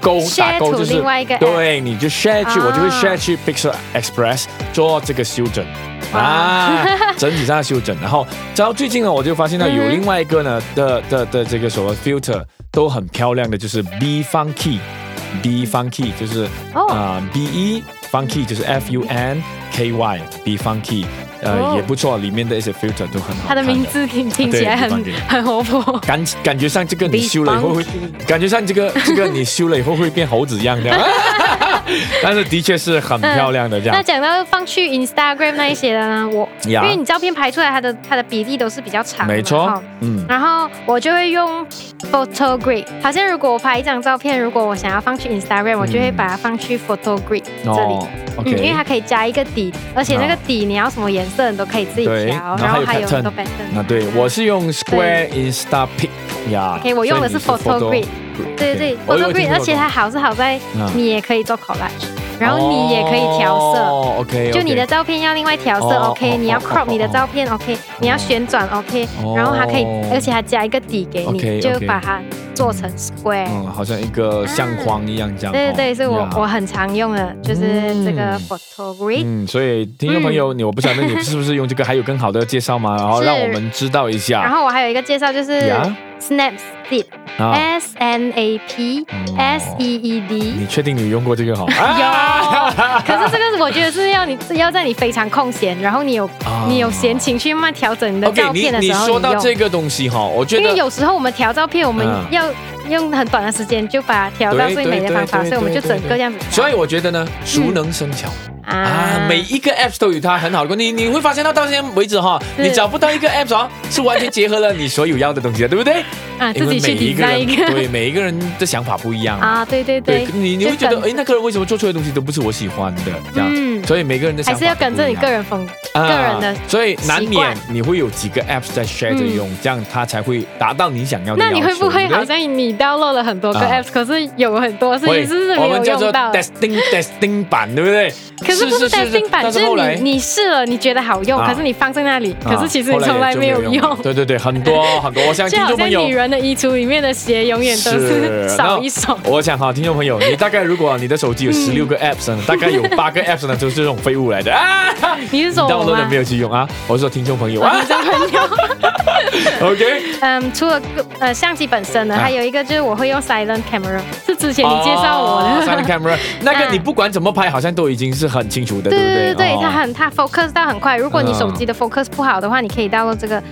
B: 勾打
A: share
B: 勾，
A: to
B: 就是
A: 另外一个 app
B: 对，你就 share 去，
A: 啊
B: 我就会 share 去 Pixel Express 做这个修整啊，整体上的修整。然后，然后最近呢，我就发现到
A: 嗯
B: 有另外一个呢的的的这个所谓 filter 都很漂亮的，就是 B Funky，B Funky 就是
A: 哦，
B: 啊 B E Funky 就是 F U N K Y B Funky，呃
A: 哦
B: 也不错，里面的一些 filter 都很好看的。
A: 它的名字听听起来
B: 对
A: 很
B: ，Big Bang
A: 很活泼。
B: 感感觉上这个你
A: Big
B: 修了以后会
A: Monkey，
B: 感觉上这个 这个你修了以后会变猴子一样的， 但是的确是很漂亮的这
A: 嗯那
B: 样。
A: 讲到放去 Instagram 那一些的呢，我因
B: 呀
A: 为你照片排出来，它的它的比例都是比较长的，
B: 没错
A: 哈，
B: 嗯，
A: 然后我就会用 Photo Grid，好像如果我拍一张照片，如果我想要放去 Instagram，、我就会把它放去 Photo Grid 这里。
B: 嗯哦
A: 嗯，因为它
B: ，OK，
A: 可以加一个底，而且那个底你要什么颜色你都可以自己
B: 对
A: 调，
B: 然
A: 然
B: 后
A: 后
B: 还
A: 还
B: 有
A: 有
B: pattern
A: 很多 pattern。
B: 那对我是用 Square Insta Pic 呀
A: OK，我用的是
B: 所以你
A: Photo Grid，对对对
B: 我有
A: ，Photo
B: 听
A: Grid，
B: 过
A: 而且它好是好在
B: 啊
A: 你也可以做 collage，然后你也可以调色。
B: 哦，OK，
A: 就你的照片要另外调色
B: 哦哦
A: ，OK，你要 crop 你的照片，OK，你要旋转，OK，
B: 哦
A: 然后它可以，而且还加一个底给
B: OK，OK
A: 你，就把它做成 square。
B: 嗯，好像一个相框一样这样。
A: 对对对，
B: 哦
A: 是我
B: 呀
A: 我很常用的，就是这个
B: 嗯
A: photo grid。
B: 嗯，所以听众朋友，
A: 嗯
B: 你我不晓得你是不是用这个，还有更好的介绍吗？ 然后
A: 是
B: 让我们知道一下。
A: 然后我还有一个介绍就是
B: 呀
A: snap seed。
B: 啊，哦
A: S N A P S E E
B: 你
A: D。
B: 确定你用过这 个哈？ 啊
A: 有，可是这个我觉得是要你要在你非常空闲，然后你有
B: 啊
A: 你有闲情去慢慢调整你的
B: OK，
A: 照
B: 你
A: 片的
B: 你
A: 时候，
B: 说到
A: 用
B: 这个东西哈，我觉
A: 因为
B: 得
A: 有时候我们调照片，我们
B: 嗯
A: 要用很短的时间就把它调到
B: 对
A: 最美的方法，
B: 对对
A: 所以我们就整个这样子调。
B: 所以我觉得呢，
A: 嗯
B: 熟能生巧、啊，每一个 app s 都有它很好的功能。你你会发现到到现在为止哈，
A: 是
B: 你找不到一个 app 哦，是完全结合了你所有要的东西的，对不对？
A: 啊
B: 因
A: 自
B: 为
A: 己
B: 每
A: 去
B: 一
A: 底
B: 个
A: 下
B: 人
A: 一个
B: 对每一个人的想法不一样。
A: 啊，对对
B: 对
A: 对，，
B: 你你会觉
A: 就
B: 得，
A: 跟
B: 哎，那个人为什么做出来的东西都不是我喜欢的？这样，
A: 嗯，
B: 所以每个人的想
A: 还
B: 法
A: 是要跟着你个人风格。
B: 个
A: 个人的
B: 啊所以难
A: 习惯
B: 免你会有几个 apps 在 share 着
A: 嗯
B: 用，这样它才会达到你想要的要
A: 那
B: 求。
A: 你会不
B: 对
A: 会
B: 对
A: 好像你 download 了很多个
B: 啊
A: apps，可是有很多是
B: 会
A: 你是
B: 我
A: 没
B: 们
A: 有
B: 叫做
A: 用到的？
B: testing testing 版，对不对？
A: 可是不是 testing 版，
B: 但
A: 就是
B: 后来
A: 是你你试了，你觉得好用，
B: 啊
A: 可是你放在那里，
B: 啊
A: 可是其实你从来没有
B: 后来也就没
A: 用。
B: 对对对，很多很多，我想
A: 就
B: 听
A: 好
B: 众
A: 像
B: 朋友
A: 女。人的衣橱里面的鞋永远都 是少一手。
B: 我想哈，听众朋友，你大概如果你的手机有十六
A: 嗯
B: 个 apps，呢，大概有八 个 apps 呢，就是这种废物来的啊！
A: 你是
B: 你
A: 说我
B: download 了
A: 吗
B: 没？有去用啊？我是说听众朋友
A: 我
B: 啊
A: 听，众朋友，
B: OK，
A: 嗯，除了个呃相机本身呢，
B: 啊
A: 还有一个就是我会用 silent camera，是之前你介绍我
B: 哦
A: 的。
B: silent camera，那个
A: 啊
B: 你不管怎么拍，好像都已经是很清楚的，对
A: 对
B: 不
A: 对对对，
B: 哦
A: 它很它 focus 到很快。如果你
B: 嗯
A: 手机的 focus 不好的话，你可以到了这个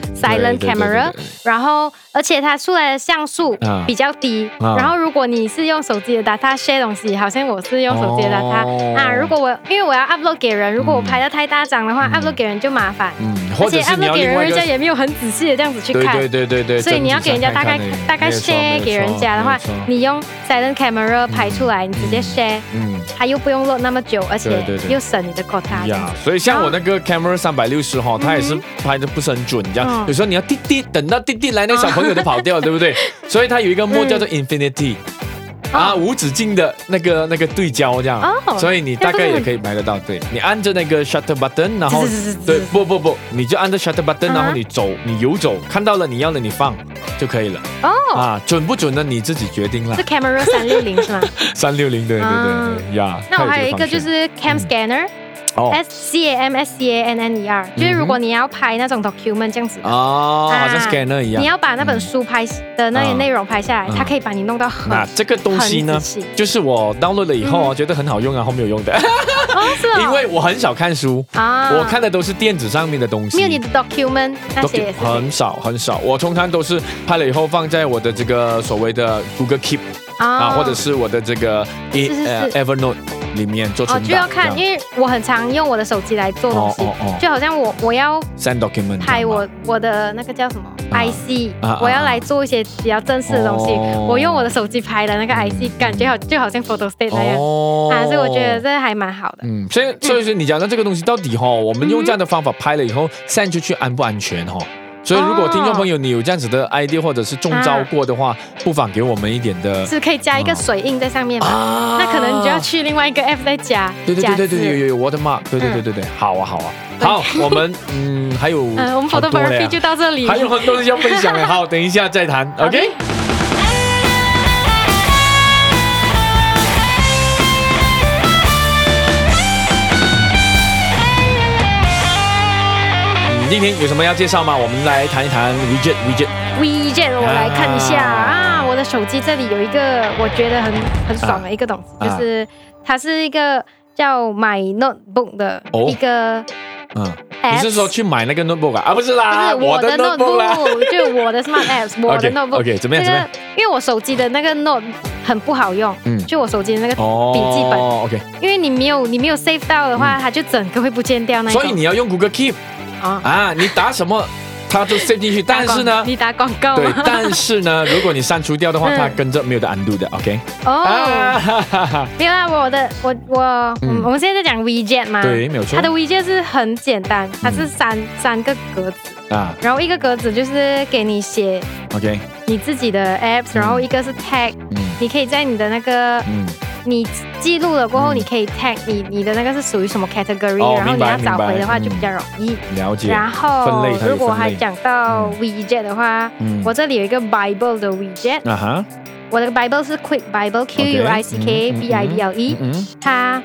B: 对对
A: silent
B: 对
A: camera，
B: 对
A: 然后而且它出来的像素
B: 啊
A: 比较低。
B: 啊
A: 然后如果你是用手机的 data share 东西，好像我是用手机的 data
B: 哦
A: 啊，如果我因为我要 upload 给人，如果我拍的太大张的话
B: 嗯
A: ，upload 给人就麻烦，
B: 嗯，
A: 而
B: 或
A: 且
B: 者是你
A: upload
B: 要
A: 给
B: 另
A: 人
B: 外一
A: 人
B: 个
A: 家。也没有很仔细的这样子去
B: 对
A: 看
B: 对。对对对，
A: 所以你要
B: 整体
A: 给人家大
B: 上看
A: 概
B: 看而已
A: 大概
B: 没错
A: share 给人家的话
B: 没错，
A: 你用 silent camera 拍出来，你直接 share，
B: 嗯
A: 它又不用 load 那么久，而且
B: 对对对
A: 又省你的 quota 这样
B: 呀
A: 子。，
B: 所以像我那个 camera 三百六十哈，它也是
A: 啊嗯
B: 拍的不是很准，这样
A: 嗯
B: 有时候你要滴滴，等到滴滴来，那
A: 哦
B: 小朋友都跑掉了，对不对？ 所以它有一个 mode
A: 嗯
B: 叫做 infinity。啊，无止境的那个那个对焦这样，
A: 哦
B: 所以你大概也可以买得到。对你按着那个 shutter button，然后
A: 滋滋滋滋滋
B: 对不不不，你就按着 shutter button，
A: 嗯哼
B: 然后你走，你游走，看到了你要的你放就可以了。
A: 哦，
B: 啊，准不准呢？你自己决定啦
A: 是。camera 三六零 是吗？
B: 三六零，对对对对呀。
A: 啊那我
B: 它
A: 还有一
B: 这
A: 个就
B: function
A: 是 cam scanner。
B: 嗯哦嗯
A: S C A M S C A N N E R，就是如果你要拍那种 document 这样子的，
B: 哦，好像
A: 啊
B: scanner 一样
A: 你。要把那本书拍的那些内容拍下来，
B: 嗯
A: 它可以把你弄到很
B: 那这个东西呢
A: 很仔细，嗯
B: 就是我 download 了以后啊，觉得很好用，然后没有 用的，
A: 哦，是哦，
B: 因为我很少看书，
A: 啊，
B: 我看的都是电子上面的东西
A: 没。有你的 document 那
B: 都
A: 些也是
B: 很少很少，我通常都是拍了以后放在我的这个所谓的 Google Keep
A: 哦
B: 啊，或者是我的这个 E
A: 是是
B: 呃 Evernote 里面做
A: 哦
B: 存档。
A: 就要看，
B: 这样
A: 因为我很常用我的手机来做东西，
B: 哦哦哦
A: 就好像我我要
B: send document 这
A: 拍
B: 样
A: 我
B: 嘛
A: 我的那个叫什么
B: 啊
A: IC，、
B: 啊啊
A: 我要来做一些比较正式的东西。
B: 哦嗯
A: 我用我的手机拍的那个 IC，、感觉好就好像 photo state 那样、
B: 哦
A: 啊，所以我觉得这还蛮好的。
B: 嗯，所以所以说你讲到这个东西到底哈、我们用这样的方法拍了以后散出去安不安全哈、所以如果
A: 哦
B: 听众朋友你有这样子的 idea 或者是中招过的话，不妨给我们一点的
A: 啊是可以加一个水印在上面嘛？
B: 啊
A: 那可能你就要去另外一个 app 再加，
B: 对对
A: 加
B: 对对对
A: 字
B: 有有有 watermark，对对对对对，好啊好啊，
A: 嗯对
B: 好，我们嗯还有
A: 嗯、我们
B: 好
A: photo
B: 多嘞
A: therapy
B: 啊
A: 就到这里。
B: 还有很多东西要分享 的，好，等一下再谈，OK。嗯今天有什么要介绍吗？我们来谈一谈 widget widget
A: WeChat，我来看一下
B: 啊
A: 啊我的手机这里有一个我觉得很很爽的一个东西，
B: 啊
A: 就是它是一个叫 My Notebook 的
B: 哦
A: 一个
B: 嗯，
A: app。
B: 你是说去买那个 notebook 啊？啊，不是啦，
A: 就是我的
B: notebook 啦。
A: notebook，就是 我的 smart apps，我的
B: OK
A: notebook。
B: OK，怎么样
A: 这
B: 怎么
A: 个
B: 样？
A: 因为我手机的那个 note 很不好用，
B: 嗯
A: 就我手机的那个，
B: 哦，
A: 笔记本
B: OK，
A: 因为你没有你没有 save 到的话，它就整个会不见掉那一
B: 嗯
A: 种。
B: 所以你要用 Google Keep
A: 啊，
B: 啊，你打什么它都 save 进去，
A: 打
B: 但
A: 广
B: 是呢，
A: 你打广告啊
B: 对
A: 吗？，
B: 但是 呢，如果你删除掉的话，
A: 嗯
B: 它跟着没有的 undo 的，OK？
A: 哦
B: 啊，哈哈哈，
A: 没有啦，我的我我
B: 嗯
A: 嗯我们现在在讲 WeChat 嘛，
B: 对，嗯没有错
A: 它的 WeChat 是很简单，它是三三个格子，
B: 啊
A: 然后一个格子就是给你写
B: ，OK，
A: 你自己的 apps，然后一个是 tag，
B: 嗯
A: 你可以在你的那个
B: 嗯，
A: 你记录了过后，
B: 嗯
A: 你可以 tag 你你的那个是属于什么 category，、
B: 哦
A: 然后
B: 明
A: 你
B: 白
A: 要找回的话
B: 明白
A: 就比较容易。
B: 了解，
A: 然后
B: 分类它有
A: 如果
B: 分类
A: 还讲到 WeChat 的话，
B: 嗯
A: 我这里有一个 Bible 的 WeChat，、
B: 啊哈
A: 我的 Bible 是 Quick Bible，Q U I C K B I B L E。
B: 嗯嗯
A: 它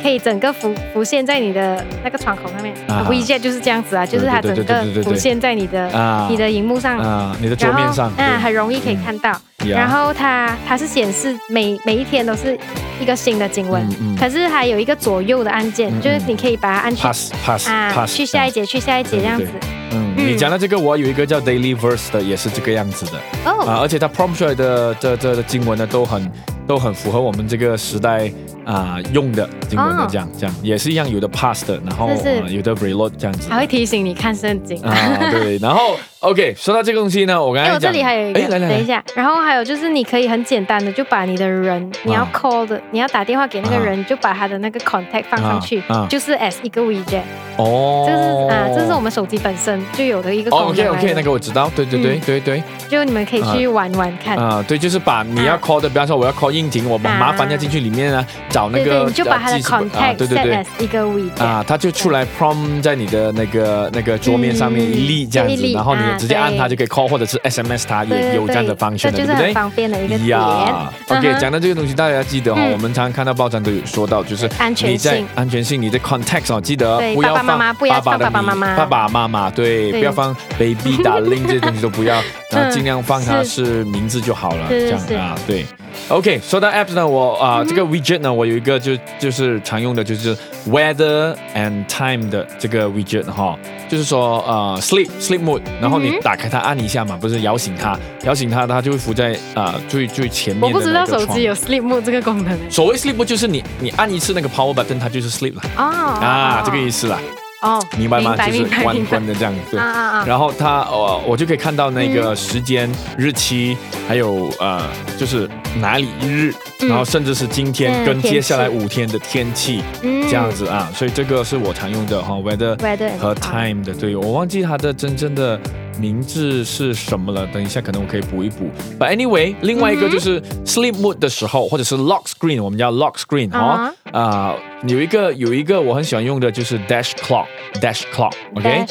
A: 可以整个浮浮现在你的那个窗口上面。
B: 啊
A: WeChat 就是这样子啊，就是它
B: 对对对
A: 整个
B: 对对对对
A: 浮现在你的
B: 啊
A: 你的荧幕上，
B: 啊，你的桌
A: 然
B: 面
A: 后
B: 上，嗯
A: 啊很容易可以看到。
B: 对呀
A: 然后它它是显示每每一天都是一个新的经文
B: 嗯嗯，
A: 可是它有一个左右的按键
B: 嗯嗯，
A: 就是你可以把它按去
B: pass pass
A: 啊
B: pass，
A: 去下一节去下一节
B: 对对
A: 这样子
B: 对。嗯，
A: 嗯
B: 你讲到这个，我有一个叫 Daily Verse 的，也是这个样子的
A: 哦
B: 啊，而且它 prompt 出来的这这这经文呢，都很都很符合我们这个时代啊用的经文的
A: 哦
B: 这样这样，也是一样有的 pass 的，然后
A: 是是
B: 呃有的 reload 这样子
A: 它。会提醒你看圣经。
B: 啊，对，然后 OK，说到这个东西呢，我刚
A: 哎，
B: 才
A: 我这
B: 讲，
A: 里还有一个，
B: 哎，来来
A: 等一
B: 来，
A: 下，然后还有就是你可以很简单的就把你的人，你
B: 啊
A: 要 call 的，你要打电话给那个人，就把他的那个 contact 放上去
B: 啊啊，
A: 就是 as 一个 widget，
B: 哦，
A: 这是啊，这是我们手机本身就有的一个
B: 哦
A: 功
B: ，OK
A: 能来
B: OK，那
A: 的，
B: 个我知道，对对对对对，啊
A: 就你们可以去玩玩看。
B: 啊，对，就是把你要 call 的，比方说我要 call 硬体，我们
A: 啊
B: 麻烦要进去里面啊，找那
A: 对对，
B: 个
A: 你就把它
B: 呃
A: 的
B: 记事本啊
A: contact
B: 对对
A: set
B: 对
A: as 一个 w e e
B: 啊，它就出来 prompt 在你的那个那个桌面上面
A: 嗯
B: 一粒这样
A: 就
B: 子
A: 一，粒
B: 然后你
A: 啊
B: 直接按它就
A: 对
B: 可以 call 或者是 SMS 它
A: 对对
B: 也有这样的
A: 对
B: function 的，
A: 这
B: 对
A: 就是
B: 不
A: 很
B: 对？
A: 方便的一个点。
B: OK，
A: 嗯哼
B: 讲到这个东西，大家记得哈、
A: 嗯
B: 我们常常看到报章都有说到，就是
A: 安全性
B: 你在安全性，你在 context 哦，记得
A: 对
B: 不要
A: 爸
B: 放
A: 爸妈妈不要
B: 爸
A: 放
B: 的
A: 爸爸妈妈
B: 名爸爸妈妈对，
A: 对嗯
B: 不要放 baby darling 这些东西都不要，然后尽量放它是名字就好了，
A: 是
B: 这
A: 是嗯
B: 样啊，对。OK，说到 Apps 呢，我啊、这个 widget 呢，我有一个就就是常用的就是 Weather and Time 的这个 widget 哈，就是说呃 Sleep Sleep Mode，然后
A: 嗯
B: 你
A: 哼
B: 打开它按一下嘛，不是摇醒它，摇醒它它就会浮在啊、最最前面。
A: 我不知道手机
B: 有。
A: 有 sleep mode 这个功能欸
B: 所谓 sleep 就是你你按一次那个 power button，它就是 sleep 了
A: 哦
B: 啊，这个意思
A: 思
B: 啦，
A: 哦，
B: 明白吗？
A: 明白
B: 就是
A: 明白
B: 关
A: 明白
B: 关的这样对
A: 啊。嗯啊啊，
B: 然后它呃，我就可以看到那个时间、日期，还有呃，就是哪里一日，
A: 嗯
B: 然后甚至是今天
A: 嗯
B: 跟接下来
A: 天
B: 五天的天气
A: 嗯
B: 这样子啊，所以这个是我常用的哈，weather
A: ，weather and
B: 和
A: time
B: time 的对，我忘记它的真正的名字是什么了。等一下，可能我可以补一补。But anyway，另外一个就是
A: 嗯
B: sleep mode 的时候，或者是 lock screen，我们叫 lock screen 哦
A: 啊。
B: 啊，有一个有一个我很喜欢用的就是 dash clock，dash clock，OK？
A: dash clock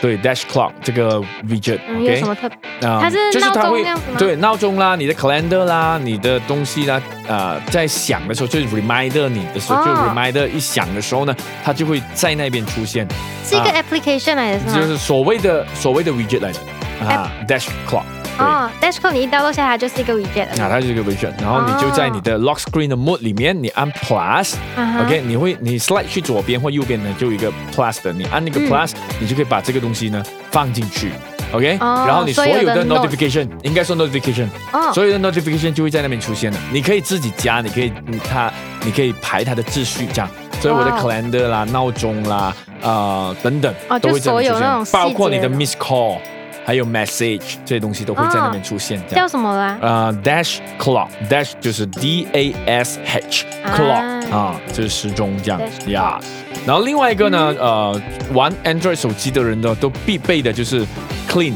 B: 对，dash clock 这个 widget，OK？
A: 嗯，有什么特别？
B: 啊
A: 它是
B: 就是它
A: 闹钟
B: 会
A: 这样子吗
B: 对闹钟啦，你的 calendar 啦，你的东西啦，啊，在响的时候就是 reminder 你的时候，就
A: 哦
B: reminder 一响的时候呢，它就会在那边出现。
A: 是一个
B: 啊
A: application 来的是吗？
B: 就是所谓的所谓的 widget 来的啊，dash clock。对，
A: 哦，dash code 你一刀落下来它就是一个 widget
B: 那
A: 了。
B: 它就是一个 widget，然后你就在你
A: 哦
B: 的 lock screen 的 mode 里面，你按 plus，OK，、
A: 嗯哼
B: OK，你会你 slide 去左边或右边呢，就有一个 plus 的，你按那个
A: 嗯
B: plus，、你就可以把这个东西呢放进去，OK，、
A: 哦
B: 然后你所有
A: 所有
B: 的
A: 的 note
B: notification，应该说 notification，、
A: 哦，
B: 所有的 notification 就会在那边出现了。你可以自己加，你可以你它，你可以排它的秩序这样。所以我的
A: 哇
B: calendar 啦、闹钟啦、啊等等，
A: 哦
B: 都会在那
A: 就所
B: 边
A: 有
B: 出
A: 那种
B: 现，
A: 细节
B: 包括你的 miss call，还有 message 这些东西都会在那边出现这
A: 叫
B: 样。
A: 什么啦？
B: 呃，dash clock，dash 就是 D A S H
A: 啊
B: clock 啊，就是时钟这样
A: Dash
B: 呀。然后另外一个呢，呃，玩 Android 手机的人呢，都必备的就是 clean，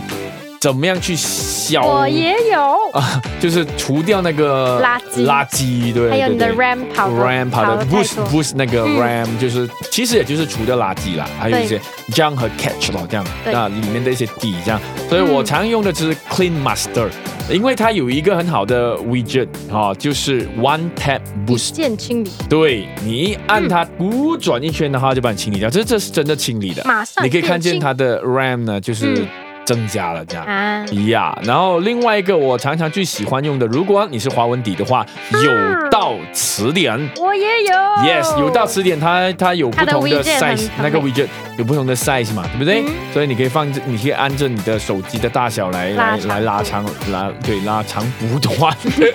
B: 怎么样去消
A: 我也有，
B: 啊，就是除掉那个
A: 垃圾
B: 垃圾，对，
A: 还有你的
B: 对对
A: RAM 跑得
B: RAM 跑的
A: 得
B: boost
A: 太多
B: boost 那个
A: 嗯
B: RAM、就是，其实也就是除掉垃圾啦，还有一些 junk 和 catch 咯，这样，
A: 对
B: 那里面的一些底这样，所以我
A: 嗯
B: 常用的就是 Clean Master，、因为它有一个很好的 widget 啊，就是 One Tap
A: 一
B: Boost，
A: 键清理，
B: 对你一按它，咕转一圈的话就把你清理掉，这这是真的清理的，
A: 嗯马上
B: 你可以看见
A: 变清
B: 它的 RAM 呢就是
A: 嗯
B: 增加了这样。
A: 啊，
B: 呀然后另外一个我常常最喜欢用的，如果你是华文底的话，
A: 嗯
B: 有道词典。
A: 我也有
B: Yes，有道词典它它有不同的
A: 哦它的 widget 很
B: size，那个 widget 有不同的 size 嘛，对不对？
A: 嗯
B: 所以你可以放着，你可以按着你的手机的大小来
A: 拉
B: 来
A: 长
B: 来拉长拉对拉长补短。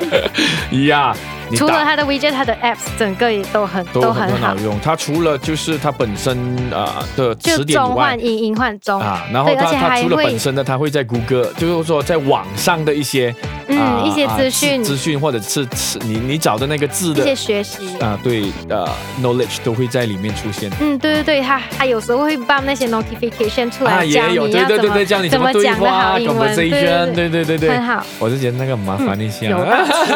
B: 呀、你
A: 除了
B: 打
A: 它的 widget，它的 apps 整个也都很
B: 都很
A: 很
B: 很好
A: 好，
B: 用。它除了就是它本身啊、呃的
A: 就
B: 词典以
A: 中
B: 外
A: 换。音，音换中，
B: 啊，然后
A: 哦对而
B: 它
A: 且
B: 它
A: 还
B: 除了
A: 会
B: 本身的，它会在谷歌，就是说在网上的一些啊
A: 嗯，一些
B: 啊
A: 资讯，
B: 资讯或者是词你你找的那个字
A: 一些
B: 的
A: 学习。
B: 啊，对呃 knowledge 都会在里面出现。
A: 嗯，对对对，它它有时候会 b 那些 notification 出
B: 啊，
A: 来
B: 也
A: 教你
B: 有，
A: 要
B: 对对
A: 怎
B: 对
A: 么
B: 对，教你
A: 怎
B: 么
A: 么
B: 对
A: 讲的
B: 话
A: 好英文，对
B: ，conversation，对对
A: 对
B: 对
A: 对，
B: 对
A: 很。好。
B: 我是觉得那个麻烦一下，
A: 嗯有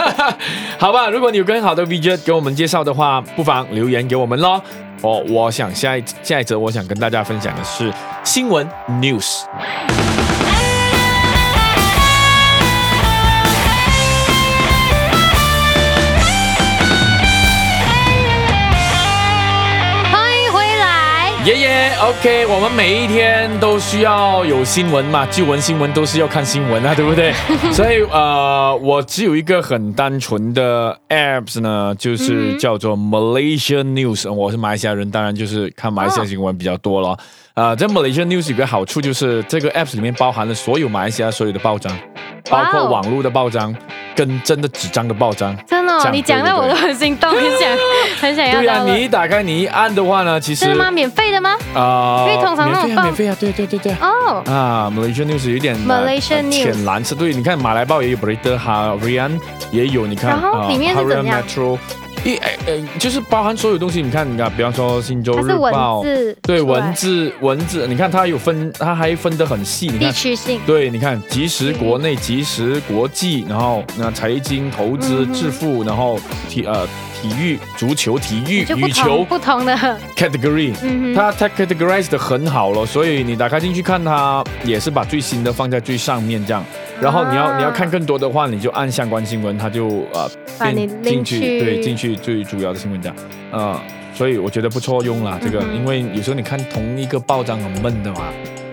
B: 好吧。如果你有更好的 widget 给我们介绍的话，不妨留言给我们咯。哦，我想下一下一则，我想跟大家分享的是新闻 news。
A: 欢迎回来，
B: 爷爷，OK，我们每一天都需要有新闻嘛，旧闻新闻都是要看新闻啊，对不 对？所以呃，我只有一个很单纯的 apps 呢，
A: 嗯
B: 就是叫做 Malaysia News。我是呃马来西亚人，当然就是看马来西亚新闻比较多了。啊，在 Malaysia News 有个好处就是，这个 apps 里面包含了所有马来西亚所有的报章，包
A: 哇
B: 括
A: 哦
B: 网络的报章跟真的纸张的报章。
A: 真的
B: 这
A: 哦，
B: 样
A: 你讲
B: 对
A: 到
B: 对对
A: 我都很心动，很想很想要
B: 对呀、
A: 哎到了
B: 你一打开，你一按的话呢，其实
A: 真的吗？免费的吗？
B: 啊，
A: 因为通常那
B: 免费啊，
A: 种报
B: 免费啊，对对对对啊。
A: 哦，
B: 啊，Malaysia News 有一点呃
A: Malaysia
B: 呃
A: News
B: 浅蓝色，对，你看马来报也有 Berita Harian 也有，你看
A: 然后
B: 啊
A: 里面是
B: Harian
A: 怎样
B: Metro 一哎哎，就是包含所有东西。你看，你看，比方说《新洲
A: 它
B: 日
A: 是文
B: 报》，
A: 字出来，
B: 对文字文字，你看它有分，它还分得很细。你
A: 地
B: 看，
A: 区性，
B: 对，你看，及时国内，及时国际，然后那财经、投资、
A: 嗯
B: 致富，然后体呃体育、足球、体育、
A: 就不
B: 羽球
A: 同不同的，
B: category，
A: 嗯哼，
B: 它它 categorize 的很好了，所以你打开进去看它，也是把最新的放在最上面这样。然后你要、
A: 啊
B: 你要看更多的话，你就按相关新闻，它就呃
A: 把你
B: 变进
A: 拎
B: 去
A: 去
B: 对进去最主要的新闻这样，呃，所以我觉得不错用啦，这个，
A: 嗯哼
B: 因为有时候你看同一个报章很闷的嘛，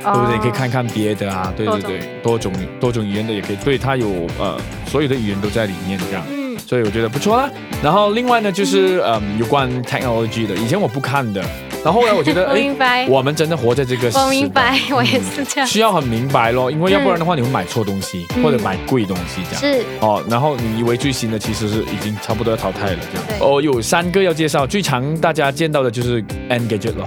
A: 对
B: 对不对？你可以看看别的啊，对
A: 哦多
B: 对对，多种多种语言的也可以，对它有呃所有的语言都在里面这样。
A: 嗯，
B: 所以我觉得不错啦。然后另外呢，就是嗯，有关 technology 的，以前我不看的，然后后来我觉得，
A: 我
B: 哎
A: 明，白，
B: 我们真的活在这个时代，
A: 我明白，我也是这样，
B: 需要很明白咯，因为要不然的话，你会买错东西、
A: 嗯
B: 或者买贵东西这样。
A: 是
B: 哦，然后你以为最新的其实是已经差不多要淘汰了这样。
A: 对
B: 哦，有三个要介绍，最常大家见到的就是 Engadget 咯。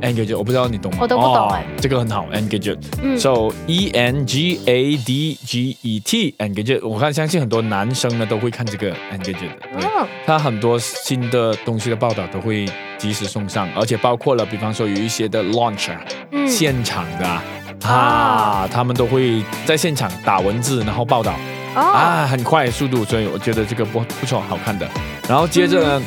B: Engadget，我不知道你懂吗？哦
A: 我都不懂哎
B: 这个很好，Engadget。
A: 嗯
B: So E N G A D G E T Engadget，我看相信很多男生呢都会看这个 Engadget 的。对
A: 嗯，
B: 它很多新的东西的报道都会及时送上，而且包括了，比方说有一些的 launch 啊，
A: 嗯
B: 现场的啊
A: 啊
B: 啊，他们都会在现场打文字，然后报道
A: 哦，
B: 啊，很快速度，所以我觉得这个不不错，好看的。然后接着
A: 嗯
B: 呢，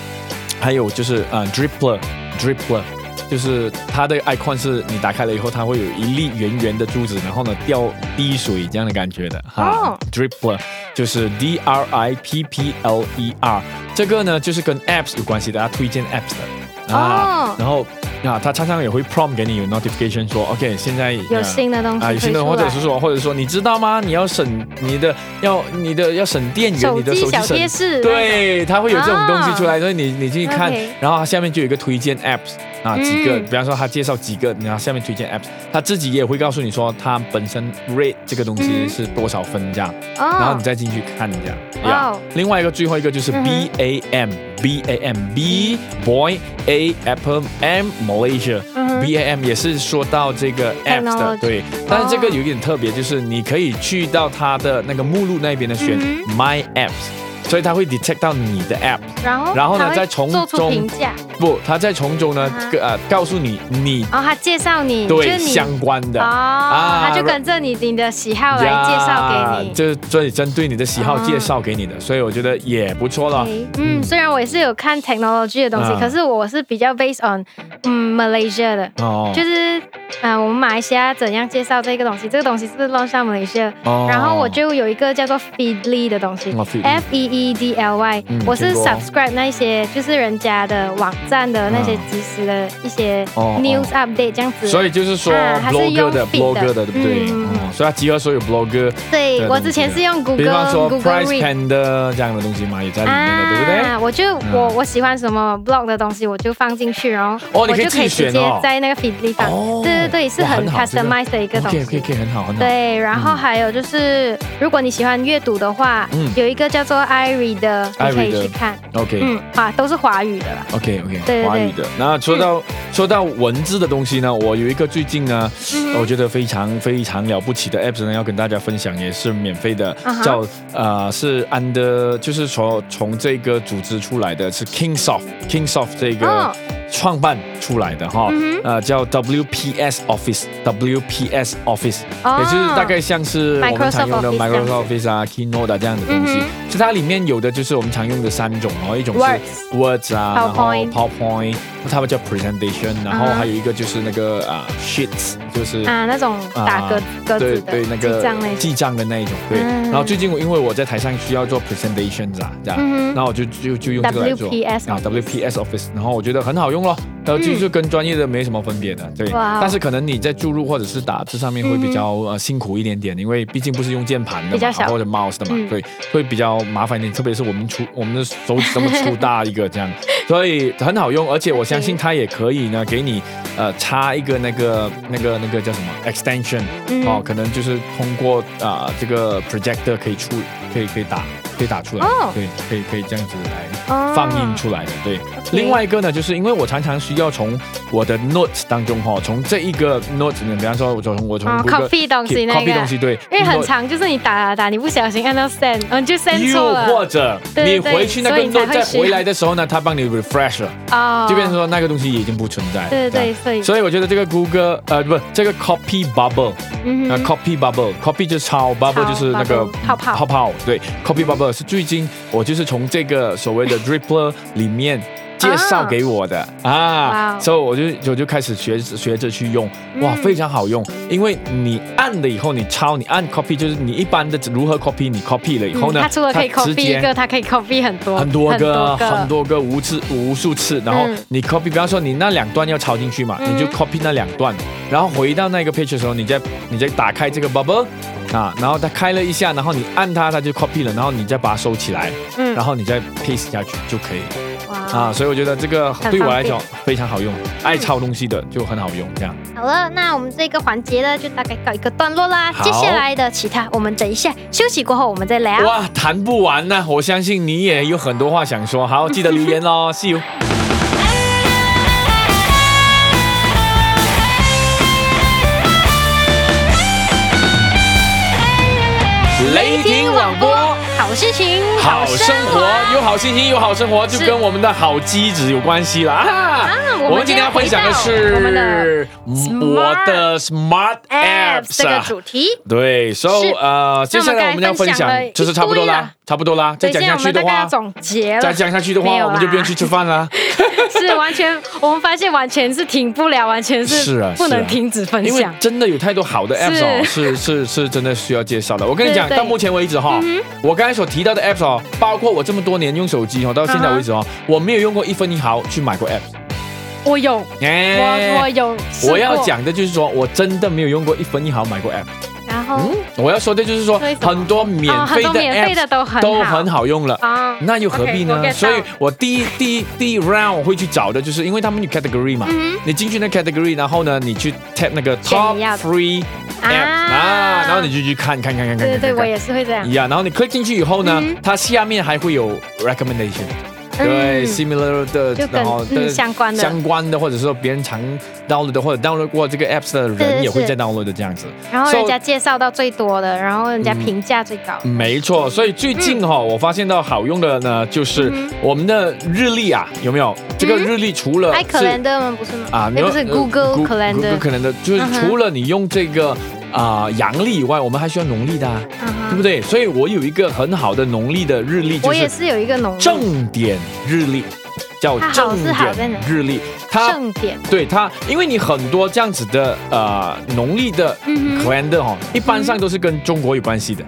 B: 还有就是啊、呃、，drippler，drippler。就是它的 icon 是你打开了以后，它会有一粒圆圆的珠子，然后呢掉滴水这样的感觉的哈。
A: 哦
B: Drippler 就是 D R I P P L E R，这个呢就是跟 apps 有关系的，它推荐 apps 的啊
A: 哦
B: 然后啊，它常常也会 prompt 给你有 notification 说，OK，现在
A: 有
B: 呃
A: 新的东
B: 啊，有
A: 西
B: 些
A: 推
B: 人
A: 出
B: 或者
A: 来，
B: 是说，或者说，你知道吗？你要省你的，要你的要省电源，
A: 手
B: 你的手
A: 机
B: 机
A: 小
B: 省
A: 贴。士，啊
B: 对，它会有这种东西出来，所以你你进去看
A: OK，
B: 然后它下面就有一个推荐 apps 啊，几个，
A: 嗯
B: 比方说它介绍几个，然后下面推荐 apps，它自己也会告诉你说它本身 rate 这个东西
A: 嗯
B: 是多少分这样，
A: 那个，
B: 然后
A: 哦
B: 你，再进去看一下。
A: 哇
B: 呀
A: 哦，
B: 另外一个最后一个就是
A: 嗯
B: B
A: 哼
B: A M B A M B boy A Apple M Malaysia。
A: 嗯哼
B: B A M 也是说到这个 apps 的，
A: Technology
B: 对，但是这个有一点特别，就是你可以去到它的那个目录那边的选
A: 嗯
B: My Apps，所以它会 detect 到你的 app，
A: 然后
B: 然后呢
A: 它会
B: 再从
A: 做出
B: 中
A: 评价，
B: 不，它在从中呢
A: 啊，
B: 呃，告诉你你
A: 然后他介绍你，哦就是
B: 对
A: 你
B: 相关的
A: 哦，。他就
B: 然
A: 跟着你你的喜好来介绍给你。
B: 就是所以针对你的喜好
A: 啊
B: 介绍给你的，所以我觉得也不错了。
A: OK，嗯，虽然我也是有看 technology 的东西，
B: 啊
A: 可是我是比较 based on 嗯 Malaysia 的，
B: 哦，
A: 就是嗯、呃我们马来西亚怎样介绍这个东西，这个东西是 launch 到 Malaysia，、
B: 哦
A: 然后我就有一个叫做 Feedly 的东西、
B: 哦，Feedly
A: f E E D L Y，、
B: 嗯
A: 我是
B: 听过
A: subscribe 那些就是人家的网站的那些
B: 啊
A: 即时的一些
B: 哦哦
A: news update 这样子，
B: 所以就是说
A: 啊还是
B: blogger 的
A: 用 feed 的
B: blogger 的，对不对？
A: 嗯
B: 哦，所以它集合所有 blogger，
A: 对
B: 的
A: 我
B: 东
A: 之前
B: 西
A: 是用
B: 比
A: Google
B: 方说
A: Google
B: Price
A: Read。啊
B: Panda 这样的东西嘛，也在里面的，对不对？
A: 我就
B: 嗯
A: 我我喜欢什么 blog 的东西，我就放进去，然后
B: 哦
A: 我
B: 你可以
A: 就
B: 自己
A: 可以直
B: 选哦
A: 接在那个 feed 里放。
B: 哦
A: 对对对，是
B: 哇
A: 很
B: 很好这个
A: customized 的一个东西。
B: OK，OK，很好，很好。
A: 对，然后还有就是，如果你喜欢阅读的话，
B: 嗯
A: 有一个叫做 iRead 的，你可
B: iRead
A: 以
B: 的
A: 去看。
B: OK，OK，OK。
A: 嗯，啊，都是华语的啦。对对
B: 华语的。那说到说到文字的东西呢，我有一个最近呢，
A: 嗯
B: 我觉得非常非常了不起的 apps 呢，要跟大家分享，也是免费的
A: 啊，哈
B: 叫呃是 under，就是从从这个组织出来的，是 Kingsoft，Kingsoft 这个
A: 哦
B: 创办出来的哈
A: 嗯，
B: 呃叫 WPS Office，WPS Office。
A: 哦
B: 也就是大概像是我们常用的
A: Microsoft
B: Microsoft Office 啊、Keynote 啊这样的东西
A: 嗯，
B: 就它里面有的就是我们常用的三种，然后一种是 Words 啊，然后
A: PowerPoint
B: PowerPoint，他们叫 Presentation，然后
A: 啊哈
B: 还有一个就是那个啊 Sheets，就是
A: 啊，那种打格格
B: 对
A: 子的，
B: 对那个
A: 记账那些。
B: 记账的那一种，对。
A: 嗯
B: 然后最近我因为我在台上需要做 presentations 啊，这样，
A: 嗯哼
B: 然后我就就就用这个来做
A: WPS
B: 啊 WPS Office，然后我觉得很好用咯，然后就
A: 嗯
B: 就跟专业的没什么分别的，对。
A: 哇哦嗯
B: 但是可能你在注入或者是打字上面会比较呃辛苦一点点，因为毕竟不是用键盘的
A: 比较
B: 嘛，
A: 小
B: 或者 mouse 的嘛，
A: 嗯
B: 对，会比较麻烦一点，特别是我们粗我们的手指这么粗大一个这样，所以很好用，而且我相信
A: OK
B: 它也可以呢给你呃插一个那个那个那个叫什么 extension。
A: 嗯
B: 哦，可能就是通过啊、这个 projector 可以出可以可以打
C: 可以打出来的
A: 哦，
C: 对，可以可以这样子来
A: 哦
C: 放映出来的，对。
A: OK
B: 另外一个呢，就是因为我常常需要从我的 notes 当中哈，从这一个 notes，里面比方说我从我从
A: 哦
B: Google
A: ，copy 东西那
B: copy
A: 个
B: 东，西对，
A: 因为很
B: note
A: 长，就是你打打打，你不小心按到 send，嗯，你就 send 错
B: 又或
A: 了
B: 者
A: 对
B: 你
A: 对
B: 回去那
A: 所
B: 个
A: 以才
B: note
A: 会
B: 再
A: 需要
B: 回来的时候呢，它帮你 refresh 了，
A: 哦，
B: 就变成说那个东西已经不存在了。
A: 对
B: 这
A: 对
B: 样
A: 对，所以
B: 所以我觉得这个谷歌呃不，这个 copy bubble
A: 嗯
B: 那
A: 哼
B: copy bubble，copy 就是抄，bubble 就是那个
A: bubble，泡泡
B: 泡泡。对，copy bubble 是最近我就是从这个所谓的 Dripper 里面介绍给我的
A: 啊哇
B: 啊
A: 哦，
B: 所以我就我就开始学学着去用，哇，
A: 嗯
B: 非常好用。因为你按了以后，你抄，你按 copy 就是你一般的如何 copy，你 copy 了以后呢，
A: 嗯它除了可以
B: 直
A: copy
B: 接
A: 一个，它可以 copy 很多
B: 很多个，很
A: 很
B: 多
A: 多
B: 个无次无数次，然后
A: 嗯
B: 你 copy，比方说你那两段要抄进去嘛，
A: 嗯
B: 你就 copy 那两段，然后回到那个 page 的时候，你再你再打开这个 bubble 啊，然后它开了一下，然后你按它，它就 copy 了，然后你再把它收起来，
A: 个，嗯
B: 然后你再 paste 下去就可以
A: 哇，
B: 啊。所以我觉得这个
A: 很
B: 对我
A: 方
B: 来
A: 便
B: 讲非常好用，爱抄东西的就很好用，这样。
A: 好了，那我们这个环节呢，就大概告一个段落啦。
B: 好
A: 接下来的其他，我们等一下休息过后我们再聊。
B: 哇，谈不完呐、我相信你也有很多话想说，好，记得留言 喽，see you。雷霆广播，
A: 好事情，
B: 好生活，
A: 啊
B: 啊有好心情，有好生活，就是跟我们的好机子有关系啦。啊
A: 啊
B: 我们今天要分享的
A: 我们的
B: 是
A: 回到
B: 我的 Smart
A: Apps
B: Apps
A: 这个
B: 啊。
A: 主题。
B: 对，so
A: 是
B: 呃，接下来我们要分
A: 那我们刚才分享
B: 享
A: 了一，
B: 就是差不多
A: 堆啊
B: 啦
A: 啦，
B: 差不多啦。再
A: 等一
B: 讲
A: 下
B: 下
A: 我
B: 去
A: 们
B: 的
A: 大概
B: 话
A: 要，总结
B: 再
A: 了，
B: 讲下去的
A: 没
B: 话，
A: 有啊
B: 我们就不用去吃饭啦。
A: 是完全我们发现完全是停不了，完全
B: 是啊
A: 是不
B: 是
A: 能
B: 啊
A: 停止 分
B: 因为
A: 享。
B: 真的有太多好的 apps 哦，是是是真的需要介绍的。我跟你讲，
A: 对对嗯
B: 到目前为止哈、我刚才所提到的 apps 哦，包括我这么多年用手机哦，到现
A: 嗯
B: 在为止哦，我没有用过一分一毫去买过 apps。
A: 我有，我我
B: 哎，
A: 有，
B: 我要，讲的就是说，我真的没有用过一分一毫买过 app。
A: 然后
B: 嗯，我要说的就是说
A: 为，什么
B: 很多嗯免
A: 哦，很
B: 费
A: 多
B: 的
A: 免费
B: apps
A: 的都很
B: 都
A: 好
B: 很好用了。
A: 啊，
B: 那又何必呢
A: OK，我 get 到
B: 所以我第一第一第一 round 我会去找的，就是因为他们有 category 嘛，
A: 嗯
B: 你进去那 category，然后呢，你去 tap 那个
A: 选
B: top
A: 你要的
B: three
A: 啊
B: apps 啊，然后你就去看看看看看看看。
A: 对对对，我也是会这样。
B: 一样，然后你 click 进去以后呢
A: 嗯，
B: 它下面还会有 recommendation，对
A: 嗯
B: ，similar 的
A: 就，
B: 然后
A: 跟嗯相关的，
B: 相关的，或者是说别人常 download 的，或者 download 过这个 apps 的
A: 是
B: 人
A: 是
B: 也会在 download 的这样子。
A: 然后
B: So- 嗯
A: 人家介绍到最多的，然后人家评价最高。
B: 没错，所以最近哈、我发现到好用的呢，就是
A: 嗯哼
B: 我们的日历啊，有没有？这个
A: 嗯
B: 日历除了
A: i
B: 是
A: Calendar 吗？不是吗？
B: 啊，
A: 那不是 Google
B: Google
A: Calendar
B: Calendar，就是
A: 嗯哼
B: 除了你用这个啊阳历以外，我们还需要农历的、啊，对
A: 啊
B: 不对？所以我有一个很好的农历的日历，就
A: 我也
B: 是
A: 是有一个农历
B: 正点日历，叫
A: 它好
B: 正
A: 是好在
B: 点
A: 哪
B: 日历，它
A: 正点，
B: 对它，因为你很多这样子的呃农历的
A: 嗯哼
B: calendar 哈、一般上都是跟中国有关系的。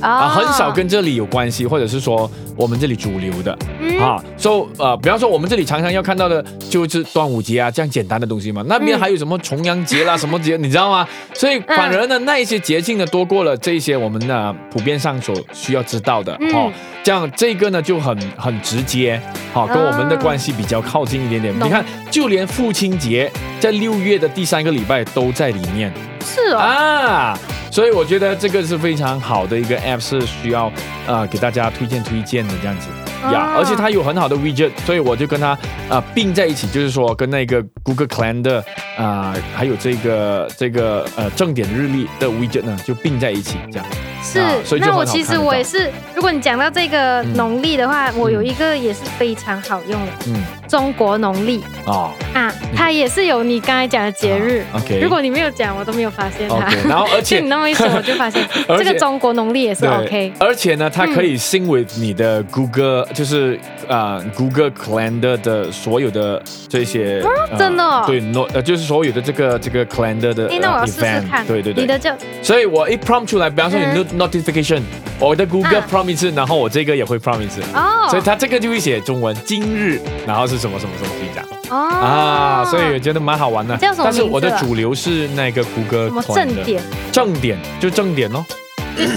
B: 啊，
A: 啊
B: 很少跟这里有关系，或者是说我们这里主流的
A: 嗯
B: 啊。so 呃，比方说我们这里常常要看到的就是端午节啊这样简单的东西嘛，那边
A: 嗯
B: 还有什么重阳节啦，什么节，你知道吗？所以反而呢，那一些节庆呢多过了这一些我们呢普遍上所需要知道的
A: 嗯
B: 哦。这样这个呢就很很直接，好，跟我们的关系比较靠近一点点。
A: 啊懂
B: 你看，就连父亲节在六月的第三个礼拜都在里面。
A: 是哦，
B: 啊，所以我觉得这个是非常好的一个 app，是需要呃给大家推荐推荐的这样子呀。
A: 啊
B: 而且它有很好的 widget，所以我就跟它呃并在一起，就是说跟那个 Google Calendar 啊、还有这个这个呃正点日历的 widget 呢就并在一起这样。
A: 是
B: 啊所以。就
A: 那
B: 很
A: 我
B: 好
A: 其
B: 看
A: 实
B: 得
A: 我
B: 到
A: 也是，如果你讲到这个
B: 嗯
A: 农历的话，我有一个也是非常好用的
B: 嗯
A: 中国农历
B: 哦
A: 啊，它也是有你刚才讲的节日。
B: 啊，OK，
A: 如果你没有讲，我都没有发现它。
B: OK，然后而
A: 就
B: 且
A: 你那么一说，我就发现
B: 而且
A: 这个中国农历也是
B: 对
A: OK。
B: 而且呢，它可以 sync with 你的 Google，、就是呃 Google Calendar 的所有的这些，呃
A: 真的哦
B: 对，no，呃，就是所有的这个这个 Calendar 的、
A: 哎，那我要
B: 呃
A: 试试
B: event，
A: 看。
B: 对对
A: 你
B: 对。
A: 的叫
B: 所以我一 prompt 出来，比方说你
A: 嗯
B: not notification，、我的 Google
A: 啊
B: prompt 一次，然后我这个也会 prompt 一次。
A: 哦，
B: 所以它这个就会写中文，今日，然后是什么什么什么这样
A: 哦
B: 啊，所以我觉得蛮好玩的。
A: 你叫什么
B: 但是我的
A: 名字啊
B: 主流是那个谷歌
A: 什么正，点
B: 正点就正点哦。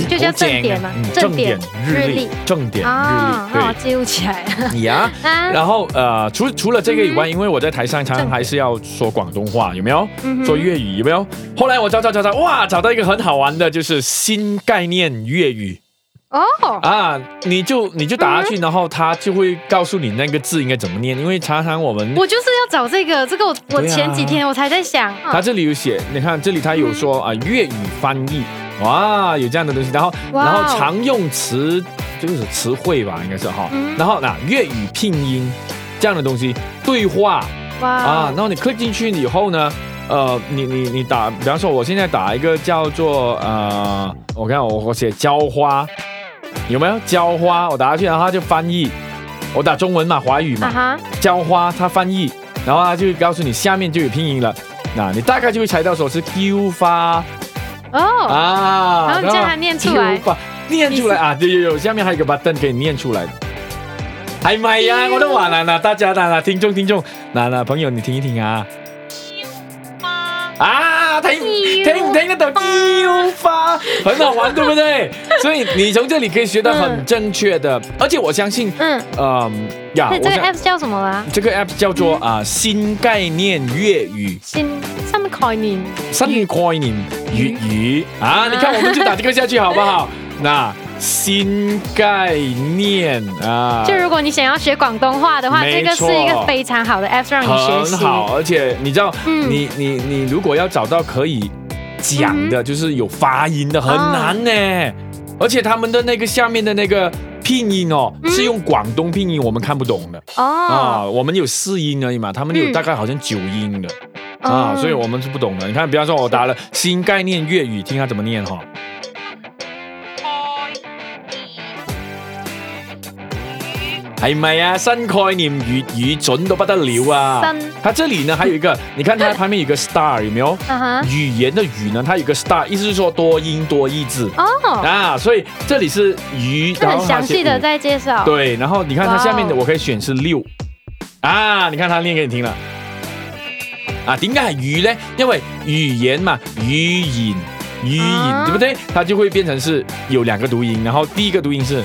A: 就叫正点嘛
B: 嗯，
A: 正点
B: 日历，正点
A: 啊，那我
B: 日
A: 记录 起来了
B: 历，对呀。
A: 啊，
B: 然后呃，除除了这个以外，因为我在台上常常还是要说广东话，有没有？
A: 嗯哼
B: 说粤语有没有？后来我找找找找，哇，找到一个很好玩的，就是新概念粤语。
A: 哦，
B: 啊，你就你就打下
A: 嗯
B: 去，然后他就会告诉你那个字应该怎么念，因为常常我们
A: 我就是要找这个，这个我我
B: 对啊
A: 前几天我才在想，
B: 他
A: 嗯
B: 这里有写，你看这里他有说啊粤语翻译，哇，有这样的东西，然后
A: 哇
B: 啊然
A: 哦
B: 后常用词就是词汇吧，应该是哈
A: 嗯，
B: 然后那粤语拼音这样的东西对话啊
A: 哇，哦
B: 然，后你 click 进去以后呢，呃，你你你打，比方说我现在打一个叫做呃，我看我我写浇花，有没有浇花？我打下去，然后它就翻译，我打中文嘛，华语嘛
A: 啊，哈，
B: 浇花它翻译，然后它就告诉你下面就有拼音了。那你大概就会猜到说是丢发
A: 哦，
B: 啊，
A: 然后你这样还念出来
B: 丢发念出来啊，有有有，下面还有一个 button 可以念出来。哎妈呀，我的娃啦啦，大家啦啦，听众听众，啦啦朋友你听一听啊。啊，听听不听得懂丢发，啊很好玩，对不 对？所以你从这里可以学到很
A: 嗯
B: 正确的，而且我相信，
A: 嗯，
B: 嗯呀，
A: 那
B: 我
A: 这个
B: 想
A: app 嗯叫什么啊啦？
B: 这个 app 叫做啊、新概念粤语，
A: 新什么概念？
B: 新概念粤语啊！你看，我们就打这个下去好不好？那新概念啊，
A: 就如果你想要学广东话的话，
B: 没
A: 这个是
B: 错
A: 一个非常好的 app 让你学
B: 很
A: 习。
B: 好，而且你知道，
A: 嗯
B: 你你你如果要找到可以讲
A: 嗯
B: 的，就是有发音的，很
A: 哦
B: 难呢、而且他们的那个下面的那个拼音哦，
A: 嗯
B: 是用广东拼音，我们看不懂的啊。
A: 哦，
B: 我们有四音而已嘛，他们有
A: 嗯
B: 大概好像九音的。啊，
A: 嗯
B: 所以我们是不懂的。你看，比方说我打了新概念粤语，听它怎么念哈。系咪啊？新概念粤语准到不得了啊！
A: 新
B: 它这里呢还有一 个，你看它旁边有个 star 有没有？
A: 啊哈，
B: 语言的语呢，它有个 star，意思是说多音多义字
A: 哦，
B: 啊。所以这里是鱼，
A: 那
B: 然
A: 很
B: 后它
A: 详
B: 写
A: 细
B: 的
A: 的在介绍。
B: 对，然后你看它
A: 哇哦
B: 下面的，我可以选是六啊，你看它念给你听了啊，点解系语呢？因为语言嘛，语言语言
A: 啊
B: 对不对？它就会变成是有两个读音，然后第一个读音是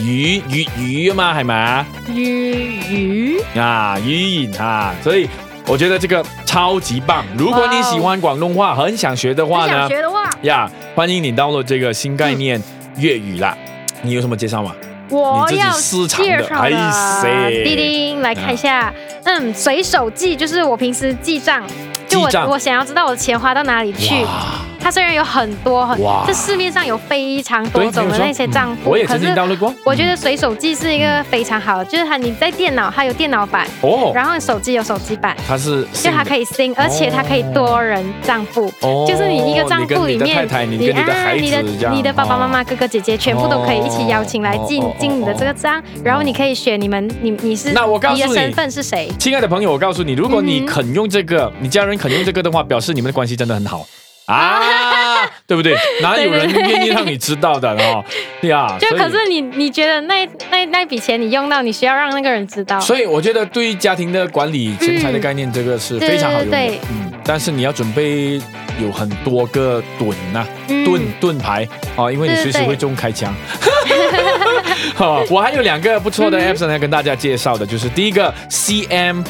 B: 鱼鱼鱼嘛，系咪
A: 鱼鱼，
B: 啊？语言啊，所以我觉得这个超级棒。如果你
A: 哇哦
B: 喜欢广东话，很想学的话
A: 不
B: 呢
A: 想，学的话，
B: 呀，欢迎你到了这个新概念粤语啦。你有什么介绍吗？
A: 我
B: 你
A: 要
B: 自己私藏
A: 介
B: 的，哎啊
A: 绍的。滴滴来看一下，嗯，随手记就是我平时记账，就我
B: 记账
A: 我想要知道我的钱花到哪里去。
B: 哇
A: 它虽然有很多很
B: 哇，
A: 这市面上有非常
B: 对
A: 多种的那些账
B: 嗯
A: 户
B: 我，也
A: 可
B: 曾
A: 是
B: 经到了过。
A: 我觉得随手记是一个非常好的，就是它你在电脑它有电脑版，
B: 哦，
A: 然后手机有手机版，
B: 它是
A: 就它可
B: 以，
A: 以 sync，而且它可以多人账户。
B: 哦
A: 就是你一个账户里
B: 你跟
A: 面，
B: 你的太太，你跟你的
A: 啊
B: 孩子
A: 你
B: 这
A: 的
B: 样，
A: 你的爸爸妈妈、哥哥姐姐全部都可以一起邀请来进
B: 哦哦哦
A: 进你的这个章，然后你可以选你们你你是
B: 那我告诉你
A: 的身份是谁
B: 亲爱的朋友，我告诉你，如果你
A: 嗯
B: 肯用这个，你家人肯用这个的话，表示你们的关系真的很好 啊，对不对？哪有人
A: 对对对
B: 愿意让你知道的哦？对啊，
A: 就
B: 所以
A: 可是你你觉得那那那笔钱你用到，你需要让那个人知道。
B: 所以我觉得对于家庭的管理钱财的概念，这个是非常好用的。
A: 对对对
B: 嗯，但是你要准备有很多个盾啊呐、
A: 嗯
B: 盾盾牌哦，因为你随时
A: 对对对
B: 会中开枪。 好，我还有两个不
A: 嗯
B: 错的 apps 呢，要跟大家介绍的，就是第一个 CM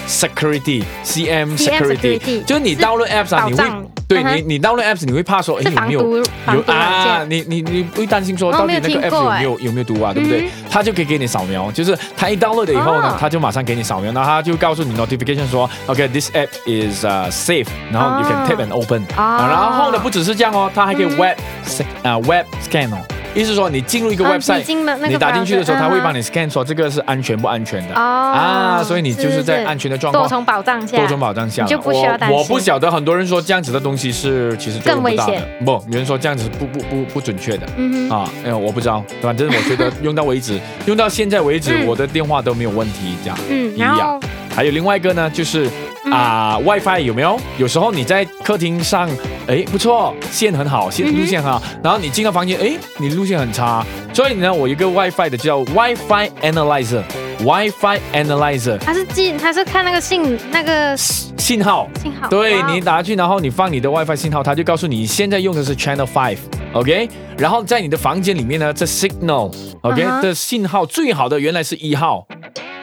B: Security，CM Security，
A: Security
B: 就是你 download apps 啊，
A: 保
B: 你会
A: 障
B: 对
A: 嗯哼
B: 你你 download apps 你会怕说，哎，
A: 是
B: 有
A: 防
B: 没有
A: 毒防
B: 有
A: 毒软
B: 啊，
A: 件，
B: 你你你会担心说
A: 哦
B: 到底
A: 没有
B: 那个
A: 听
B: app 有
A: 过
B: 没有有没有毒啊，对不对
A: 嗯？
B: 他就可以给你扫描，就是他一 download 了以后呢
A: 哦，
B: 他就马上给你扫描，然后他就告诉你 notification 说，OK，this app is uh, safe，然后 you can
A: 哦
B: tap and open。啊，
A: 哦
B: 然后呢不只是这样哦，它还可以
A: 嗯
B: web sc- 啊 web scan 哦，意思是说你进入一个
A: 啊
B: website，
A: 你进了那个
B: 你打进去的时候，
A: browser，
B: 他会
A: 嗯
B: 帮你 scan 说这个是安全不安全的
A: 哦
B: 啊，所以你就是在安全的状况
A: 多。重保障下，
B: 多重保障下，
A: 啊你就不需要担心
B: 我我不晓得很多人说这样子的东西是其实作用不大
A: 更危
B: 的，不，有人说这样子是不不不不准确的
A: 嗯哼，
B: 啊，哎呦，我不知道，反正我觉得用到为止，用到现在为止，
A: 嗯
B: 我的电话都没有问题，这样。
A: 嗯，
B: 一样
A: 然后
B: 还有另外一个呢，就是
A: 嗯
B: 啊、w i f i 有没有？有时候你在客厅上，哎，不错，线很好，线
A: 嗯哼
B: 路线很好，然后你进到房间，哎，你路线很差，所以呢，我有一个 WiFi 的叫 WiFi Analyzer，WiFi Analyzer
A: 它是进它是看那个信那个
B: 信号，
A: 信号，
B: 对
A: 哇
B: 你打下去，然后你放你的 WiFi 信号，它就告诉你现在用的是 Channel Five。OK，然后在你的房间里面呢，这 signal，OK、
A: 嗯哼
B: 的信号最好的原来是一号，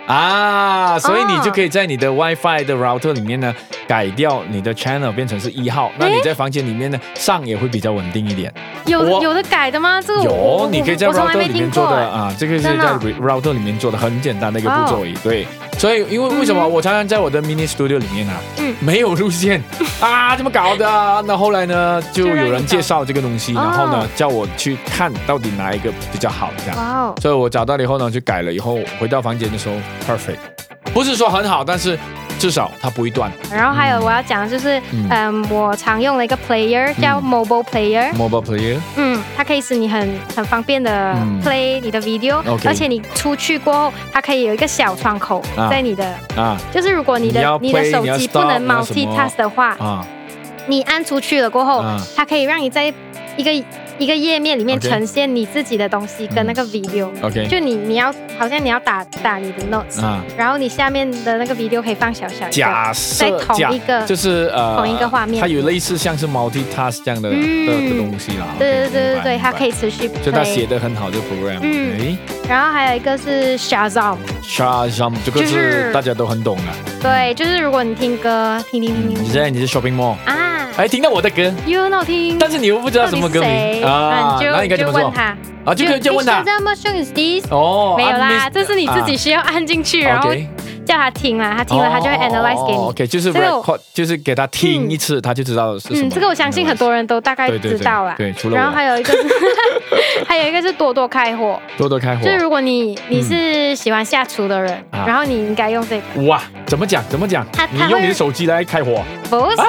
B: 啊，所以你
A: 哦
B: 就可以在你的 WiFi 的 router 里面呢，改掉你的 channel 变成是一号，那你在房间里面呢上也会比较稳定一点。
A: 有
B: 我
A: 有的改的吗？这个我
B: 有
A: 我，
B: 你可以在
A: 我从来
B: router
A: 没
B: 里面
A: 听
B: 做
A: 过
B: 的
A: 哎。
B: 啊，这个是
A: 真的
B: 在
A: 哦
B: router 里面做的，很简单的一个步骤而已。对，所以因为为什么
A: 嗯
B: 我常常在我的 mini studio 里面啊，
A: 嗯
B: 没有路线啊，怎么搞的啊？那后来呢，就
A: 就让
B: 有
A: 你
B: 人
A: 找
B: 介绍这个东西，然后呢
A: 哦
B: 叫我去看到底哪一个比较好，这样。
A: 哇哦，
B: 所以我找到了以后呢，就改了以后，回到房间的时候 perfect，不是说很好，但是至少它不会断。
A: 然后还有我要讲的就是，
B: 嗯
A: 嗯，我常用的一个 player 叫 Mobile Player，
B: Mobile player，
A: 嗯，它可以使你很很方便的
B: 嗯
A: play 你的 video，、
B: OK
A: 而且你出去过后，它可以有一个小窗口
B: 啊
A: 在你的，
B: 啊
A: 就是如果你的
B: 你要
A: 你
B: play，
A: 的手
B: 你要
A: 机
B: stop，
A: 不能
B: 你要什么
A: multitask 的话，
B: 啊
A: 你按出去了过后，
B: 啊
A: 它可以让你在一个一个页面里面
B: OK 嗯
A: 呈现你自己的东西跟那个 video，、
B: ，OK，
A: 就你你要好像你要打打你的 notes，、
B: 啊，
A: 然后你下面的那个 video 可以放小小一个，
B: 假
A: 在
B: 设假
A: 同一个，
B: 就是呃
A: 同一个画面
B: 它有类似像是 multitask 这样的、
A: 嗯
B: 的的东西啦。
A: 对对对对对，它可
B: 以。
A: 以持续
B: 就它写
A: play。
B: 的很好，这个 program，
A: 嗯
B: 哎
A: 然后还有一个是 Shazam。
B: ，Shazam 这个
A: 就是是
B: 大家都很懂了。
A: 对，就是如果你听歌，听听听
B: 你
A: 听
B: 现在你是 shopping mall，
A: 啊
B: 哎，听到我的歌，
A: ，You know 听，
B: 但是你又不知道什么歌
A: 到底是
B: 名
A: 谁
B: 啊，
A: 嗯
B: 那
A: 你
B: 应该
A: 就
B: 怎
A: 就
B: 么做
A: 问他，
B: 啊？就可以就问他
A: This is what song is this？
B: 哦，
A: 没有
B: I
A: 啦，
B: missed-
A: 这是你自己需要按进去，然后
B: OK
A: 叫他听啦，他听了他就会 analyze 给
B: 哦
A: 你。
B: OK，就是
A: 这个我
B: record，就是给他听一次，他就知道是什么。
A: 嗯，这个我相信很多人都大概
B: analyze 对对
A: 知
B: 对
A: 道啦。
B: 对，除了
A: 然后
B: 我
A: 还有一个是，还有一个是多多开火，
B: 多多 开火嗯
A: 就。是如果你你是喜欢下厨的人，
B: 啊
A: 然后你应该用这个。
B: 哇，怎么讲？怎么讲
A: 他？
B: 你
A: 他会
B: 用你的手机来开火，
A: 不是啦，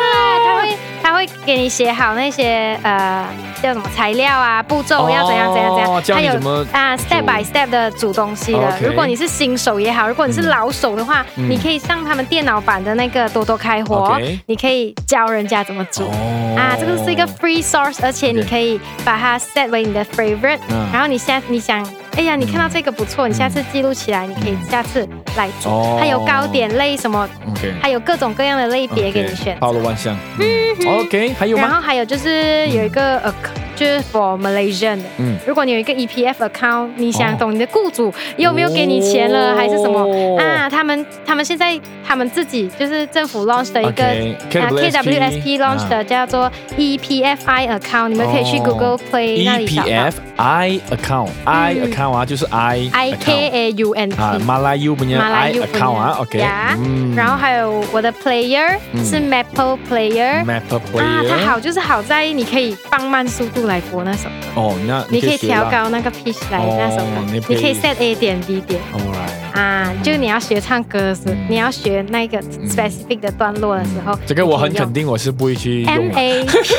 A: 他会他会给你写好那些呃叫什么材料啊、步骤要怎样怎样怎
B: 哦
A: 样，
B: 教
A: 他
B: 你
A: 有
B: 怎么
A: 啊，step
B: 煮哦
A: by step 的煮东西的。
B: OK
A: 如果你是新手也好，如果你是
B: 嗯
A: 老手的话，
B: 嗯
A: 你可以上他们电脑版的那个多多开火
B: OK，
A: 你可以教人家怎么煮。
B: 哦
A: 啊，这个是一个 free source，而且
B: OK
A: 你可以把它 set 为你的 favorite，、
B: 嗯
A: 然后你下你想，哎呀，你看到这个不错，你下次记录起来，你可以下次来煮。
B: 哦
A: 还有糕点类什么，
B: OK，
A: 还有各种各样的类别给你选择。
B: 包罗万象。嗯，OK，还有
A: 然
B: 吗？
A: 后还有就是有一个 a c 就是 for Malaysian 的，
B: 嗯
A: 如果你有一个 EPF account，你
B: 哦
A: 想懂你的雇主有没有给你钱了，
B: 哦
A: 还是什么啊？他们他们现在他们自己就是政府 launch 的一个。
B: OK，
A: 啊，KWSP launch 的叫做 E EPFI account，你们可以去
B: 啊哦 E
A: Google Play 那里找到
B: EPF I account I
A: 嗯
B: account 啊，就是 I
A: I K
B: account
A: A U N T
B: 啊，马来 U 不念 I
A: Melayu
B: account 啊
A: 不念
B: ，OK，
A: 呀
B: 嗯
A: 然后还有我的 player
B: 嗯
A: 是 Maple Player，
B: Map
A: 啊，它
B: player
A: 好就是好在你可以放慢速度来播那首。
B: 哦，那
A: 你可以
B: 学啦
A: 调。高那个 pitch 来
B: 哦
A: 那首
B: 你
A: 歌，
B: 可以
A: 你可以 set A 点 B 点
B: Alright，
A: 啊，就你要学唱歌的时候
B: 嗯，
A: 你要学那个 specific 的段落的时候，
B: 这个我很肯定，我是不会去
A: 你可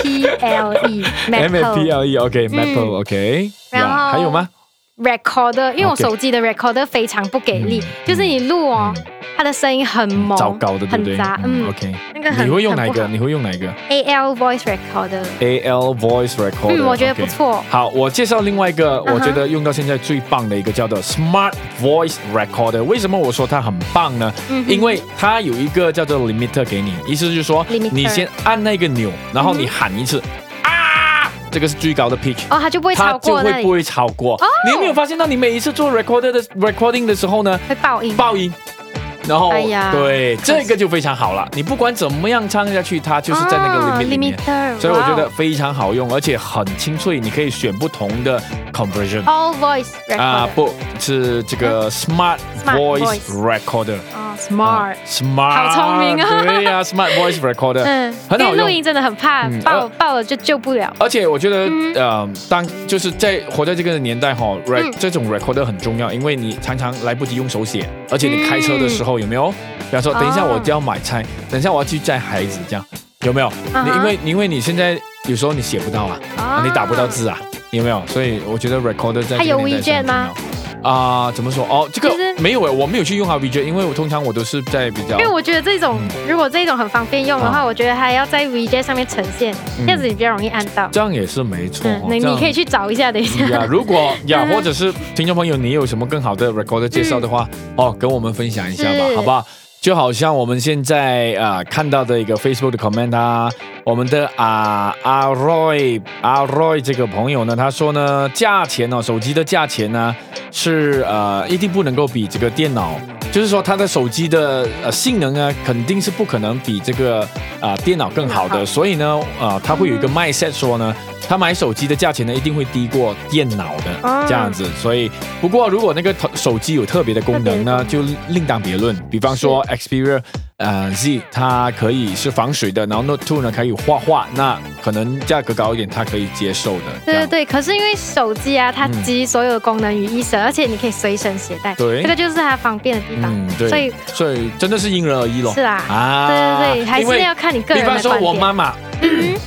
A: 以用。
B: 用
A: M
B: 啊。
A: A P L E
B: M A P
A: Maple 嗯
B: L E OK Maple OK，
A: 然
B: 呀
A: 后
B: 还有吗？
A: Recorder，因为我
B: OK
A: 手机的 Recorder 非常不给力
B: 嗯，
A: 就是你录哦，它的声音很萌，
B: 糟糕的，对不对？
A: 很杂，嗯，
B: OK。
A: 那个很
B: 你会用哪一个？
A: 很不好
B: 你会用哪一个
A: ？A L Voice Recorder，
B: ？A L Voice Recorder，
A: 嗯，我觉得不
B: OK。
A: 错。嗯
B: 好，我介绍另外一个，
A: 哼
B: 我觉得用到现在最棒的一个叫做 Smart Voice Recorder。为什么我说它很棒呢？
A: 嗯哼
B: 因为它有一个叫做 limiter 给你，意思就是说
A: Limiter 嗯
B: 你先按那个钮，然后你喊一次啊，这个是最高的 pitch。
A: 哦，它就不会
B: 它
A: 超
B: 就
A: 过那
B: 会
A: 里哦
B: 不，会超过？你有没有发现到你每一次做 recorder 的 recording 的时候呢，
A: 会爆音。
B: 爆音，然后、
A: 哎呀
B: 对这个就非常好了。你不管怎么样唱下去，它就是在那个
A: 哦
B: limit 里面。
A: limiter，
B: 所以我觉
A: 哇
B: 得
A: 哦
B: 非常好用，而且很清脆，你可以选不同的 conversion。
A: 哦 All Voice Recorder
B: 啊，不是这个 Smart
A: 嗯 Smart
B: Voice Recorder，
A: 哦，smart，
B: 啊 Smart，
A: 好聪明啊
B: 对呀，Smart Voice Recorder，
A: 嗯，
B: 很好
A: 因为录
B: 用
A: 音真的很怕
B: 嗯
A: 爆
B: 呃
A: 爆了就救不了。
B: 而且我觉得，
A: 嗯
B: 呃，当就是在活在这个年代哈，rec
A: 嗯
B: 这种 recorder 很重要，因为你常常来不及用手写，而且你开车的时候有没有？比方说，
A: 哦
B: 等一下我就要买菜，等一下我要去载孩子，这样有没有？
A: 啊
B: 你
A: 哈
B: 因为因为你现在有时候你写不到啊，
A: 啊
B: 你打不到字啊，有没有？所以我觉得 recorder 在这
A: 它
B: 个
A: 有
B: 年代是
A: widget
B: 很重要
A: 吗？
B: 啊、怎么说？哦，这个
A: 就是
B: 没有哎，我没有去用它 widget，因为我通常我都是在比较
A: 因为我觉得这种
B: 嗯
A: 如果这种很方便用的话，我觉得还要在 VJ 上面呈现，
B: 啊嗯
A: 这样子你比较容易按到。
B: 这样也是没错
A: 嗯
B: 哦，。
A: 你
B: 这
A: 你
B: 样嗯
A: 可以去找一下，等一 下。
B: 呀，啊如果呀，
A: 嗯
B: 或者是听众朋友，你有什么更好的 recorder 介绍的话，哦，跟我们分享一下吧，
A: 嗯是
B: 好不好？就好像我们现在啊、呃看到的一个 Facebook 的 comment 啊，我们的啊阿 Roy 阿 Roy 这个朋友呢，他说呢，价钱哦，手机的价钱呢是呃一定不能够比这个电脑就是说它的手机的呃性能啊，肯定是不可能比这个啊、电脑更好
A: 更好
B: 的，所以呢，啊、它会有一个 mindset 说呢，他买手机的价钱呢一定会低过电脑的、
A: 哦
B: 这样子，所以不过如果那个头手机有特别的功能呢，就另当别论，比方说 Xperia。呃，Z 它可以是防水的，然后 Note Two 呢可以画画，那可能价格高一点，它可以接受的。这
A: 对
B: 样
A: 对对，可是因为手机啊，它
B: 嗯
A: 集所有的功能于一身，而且你可以随身携带，
B: 对
A: 这个就是它方便的地方。
B: 嗯，对，
A: 所以
B: 所以真的是因人而异咯。
A: 是啦
B: 啊，
A: 对对对，还
B: 因为
A: 是要看你个
B: 比
A: 人的
B: 方说，
A: 观点。嗯
B: 我 妈妈，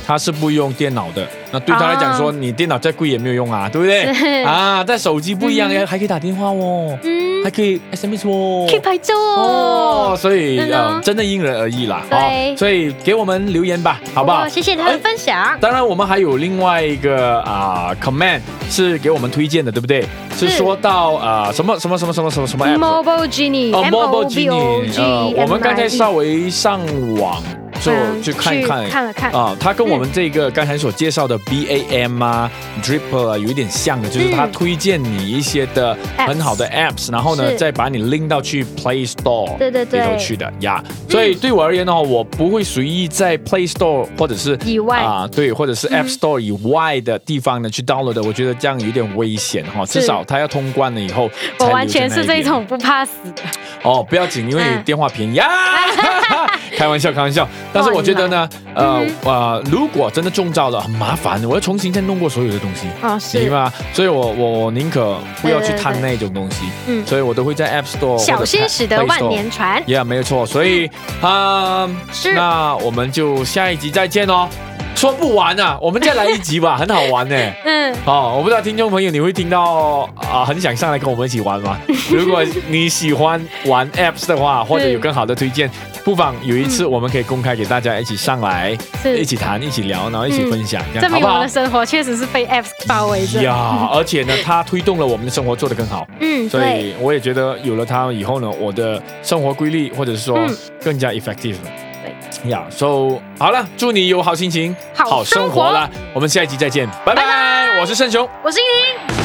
B: 她是不用电脑的，那对她来讲说，
A: 啊
B: 你电脑再贵也没有用啊，对不对？
A: 是
B: 啊，但手机不一样，
A: 嗯
B: 还可以打电话哦，
A: 嗯，
B: 还可以 SMS 哦
A: 可。以拍照
B: 哦，
A: 哦。
B: 所以
A: 真的哦
B: 呃，真的因人而异啦。
A: 对
B: 哦，所以给我们留言吧，好不好
A: 哦？谢谢他的
B: 哎
A: 分享。
B: 当然，我们还有另外一个啊、command 是给我们推荐的，对不对？是
A: 是
B: 说到啊、什么什么什么什么什么什么 app？
A: Mobile Genie，
B: 哦
A: M O
B: ，Mobile
A: B O G，E
B: Genie，呃，我们刚才稍
A: 微
B: 微上网就去看一看。
A: 嗯看了看，
B: 啊，它跟我们这个刚才所介绍的 BAM 啊、Dripper 啊有一点像的，就是它
A: 嗯
B: 推荐你一些的
A: Apps
B: 很好的 Apps，然后呢
A: 是
B: 再把你拎到去 Play Store
A: 对对嗯对
B: 里头去的呀。所以对我而言呢，我不会随意在 Play Store 或者是
A: 以外
B: 啊，对，或者是
A: 嗯
B: App Store 以外的地方呢去 download 的，我觉得这样有点危险哈。至
A: 是
B: 少它要通关了以后，
A: 我
B: 才
A: 完
B: 留着
A: 全
B: 那
A: 是
B: 一
A: 这
B: 边
A: 种不怕死的。
B: 哦，不要紧，因为
A: 嗯
B: 电话便宜 呀，开玩笑，开玩笑。但是我觉得呢，呃
A: 嗯
B: 呃，如果真的中招了，很麻烦，我要重新再弄过所有的东西，
A: 哦，
B: 明
A: 是
B: 白，吗？所以我我我宁可不要去贪
A: 对
B: 那种东西，
A: 嗯
B: 所以我都会在 App Store 或者
A: 小心驶得
B: Play
A: 万
B: Store
A: 年船。
B: Yeah，没有错。所以啊、
A: 是
B: 那我们就下一集再见哦。说不完啊，我们再来一集吧，很好玩呢、
A: 嗯，
B: 哦，我不知道听众朋友你会听到啊、很想上来跟我们一起玩 吗？如果你喜欢玩 apps 的话，或者有更好的推荐，不妨有一次我们可以公开给大家一起上来，一
A: 嗯是。
B: 起谈，一起聊，然后一起分享，这样
A: 证
B: 好
A: 明
B: 不
A: 我
B: 好
A: 们的？生活确实是被 Apps 包围着。
B: 呀，而且呢，它推动了我们的生活做得更 好，
A: 嗯，
B: 所
A: 对，
B: 以我也觉得有了它以后呢，我的生活规律或者是说
A: 嗯
B: 更加 effective 了。呀，so 好了，祝你有好心情，
A: 好生活
B: 啦！我们下一集再见，拜拜！我是盛雄。
A: 我是依婷。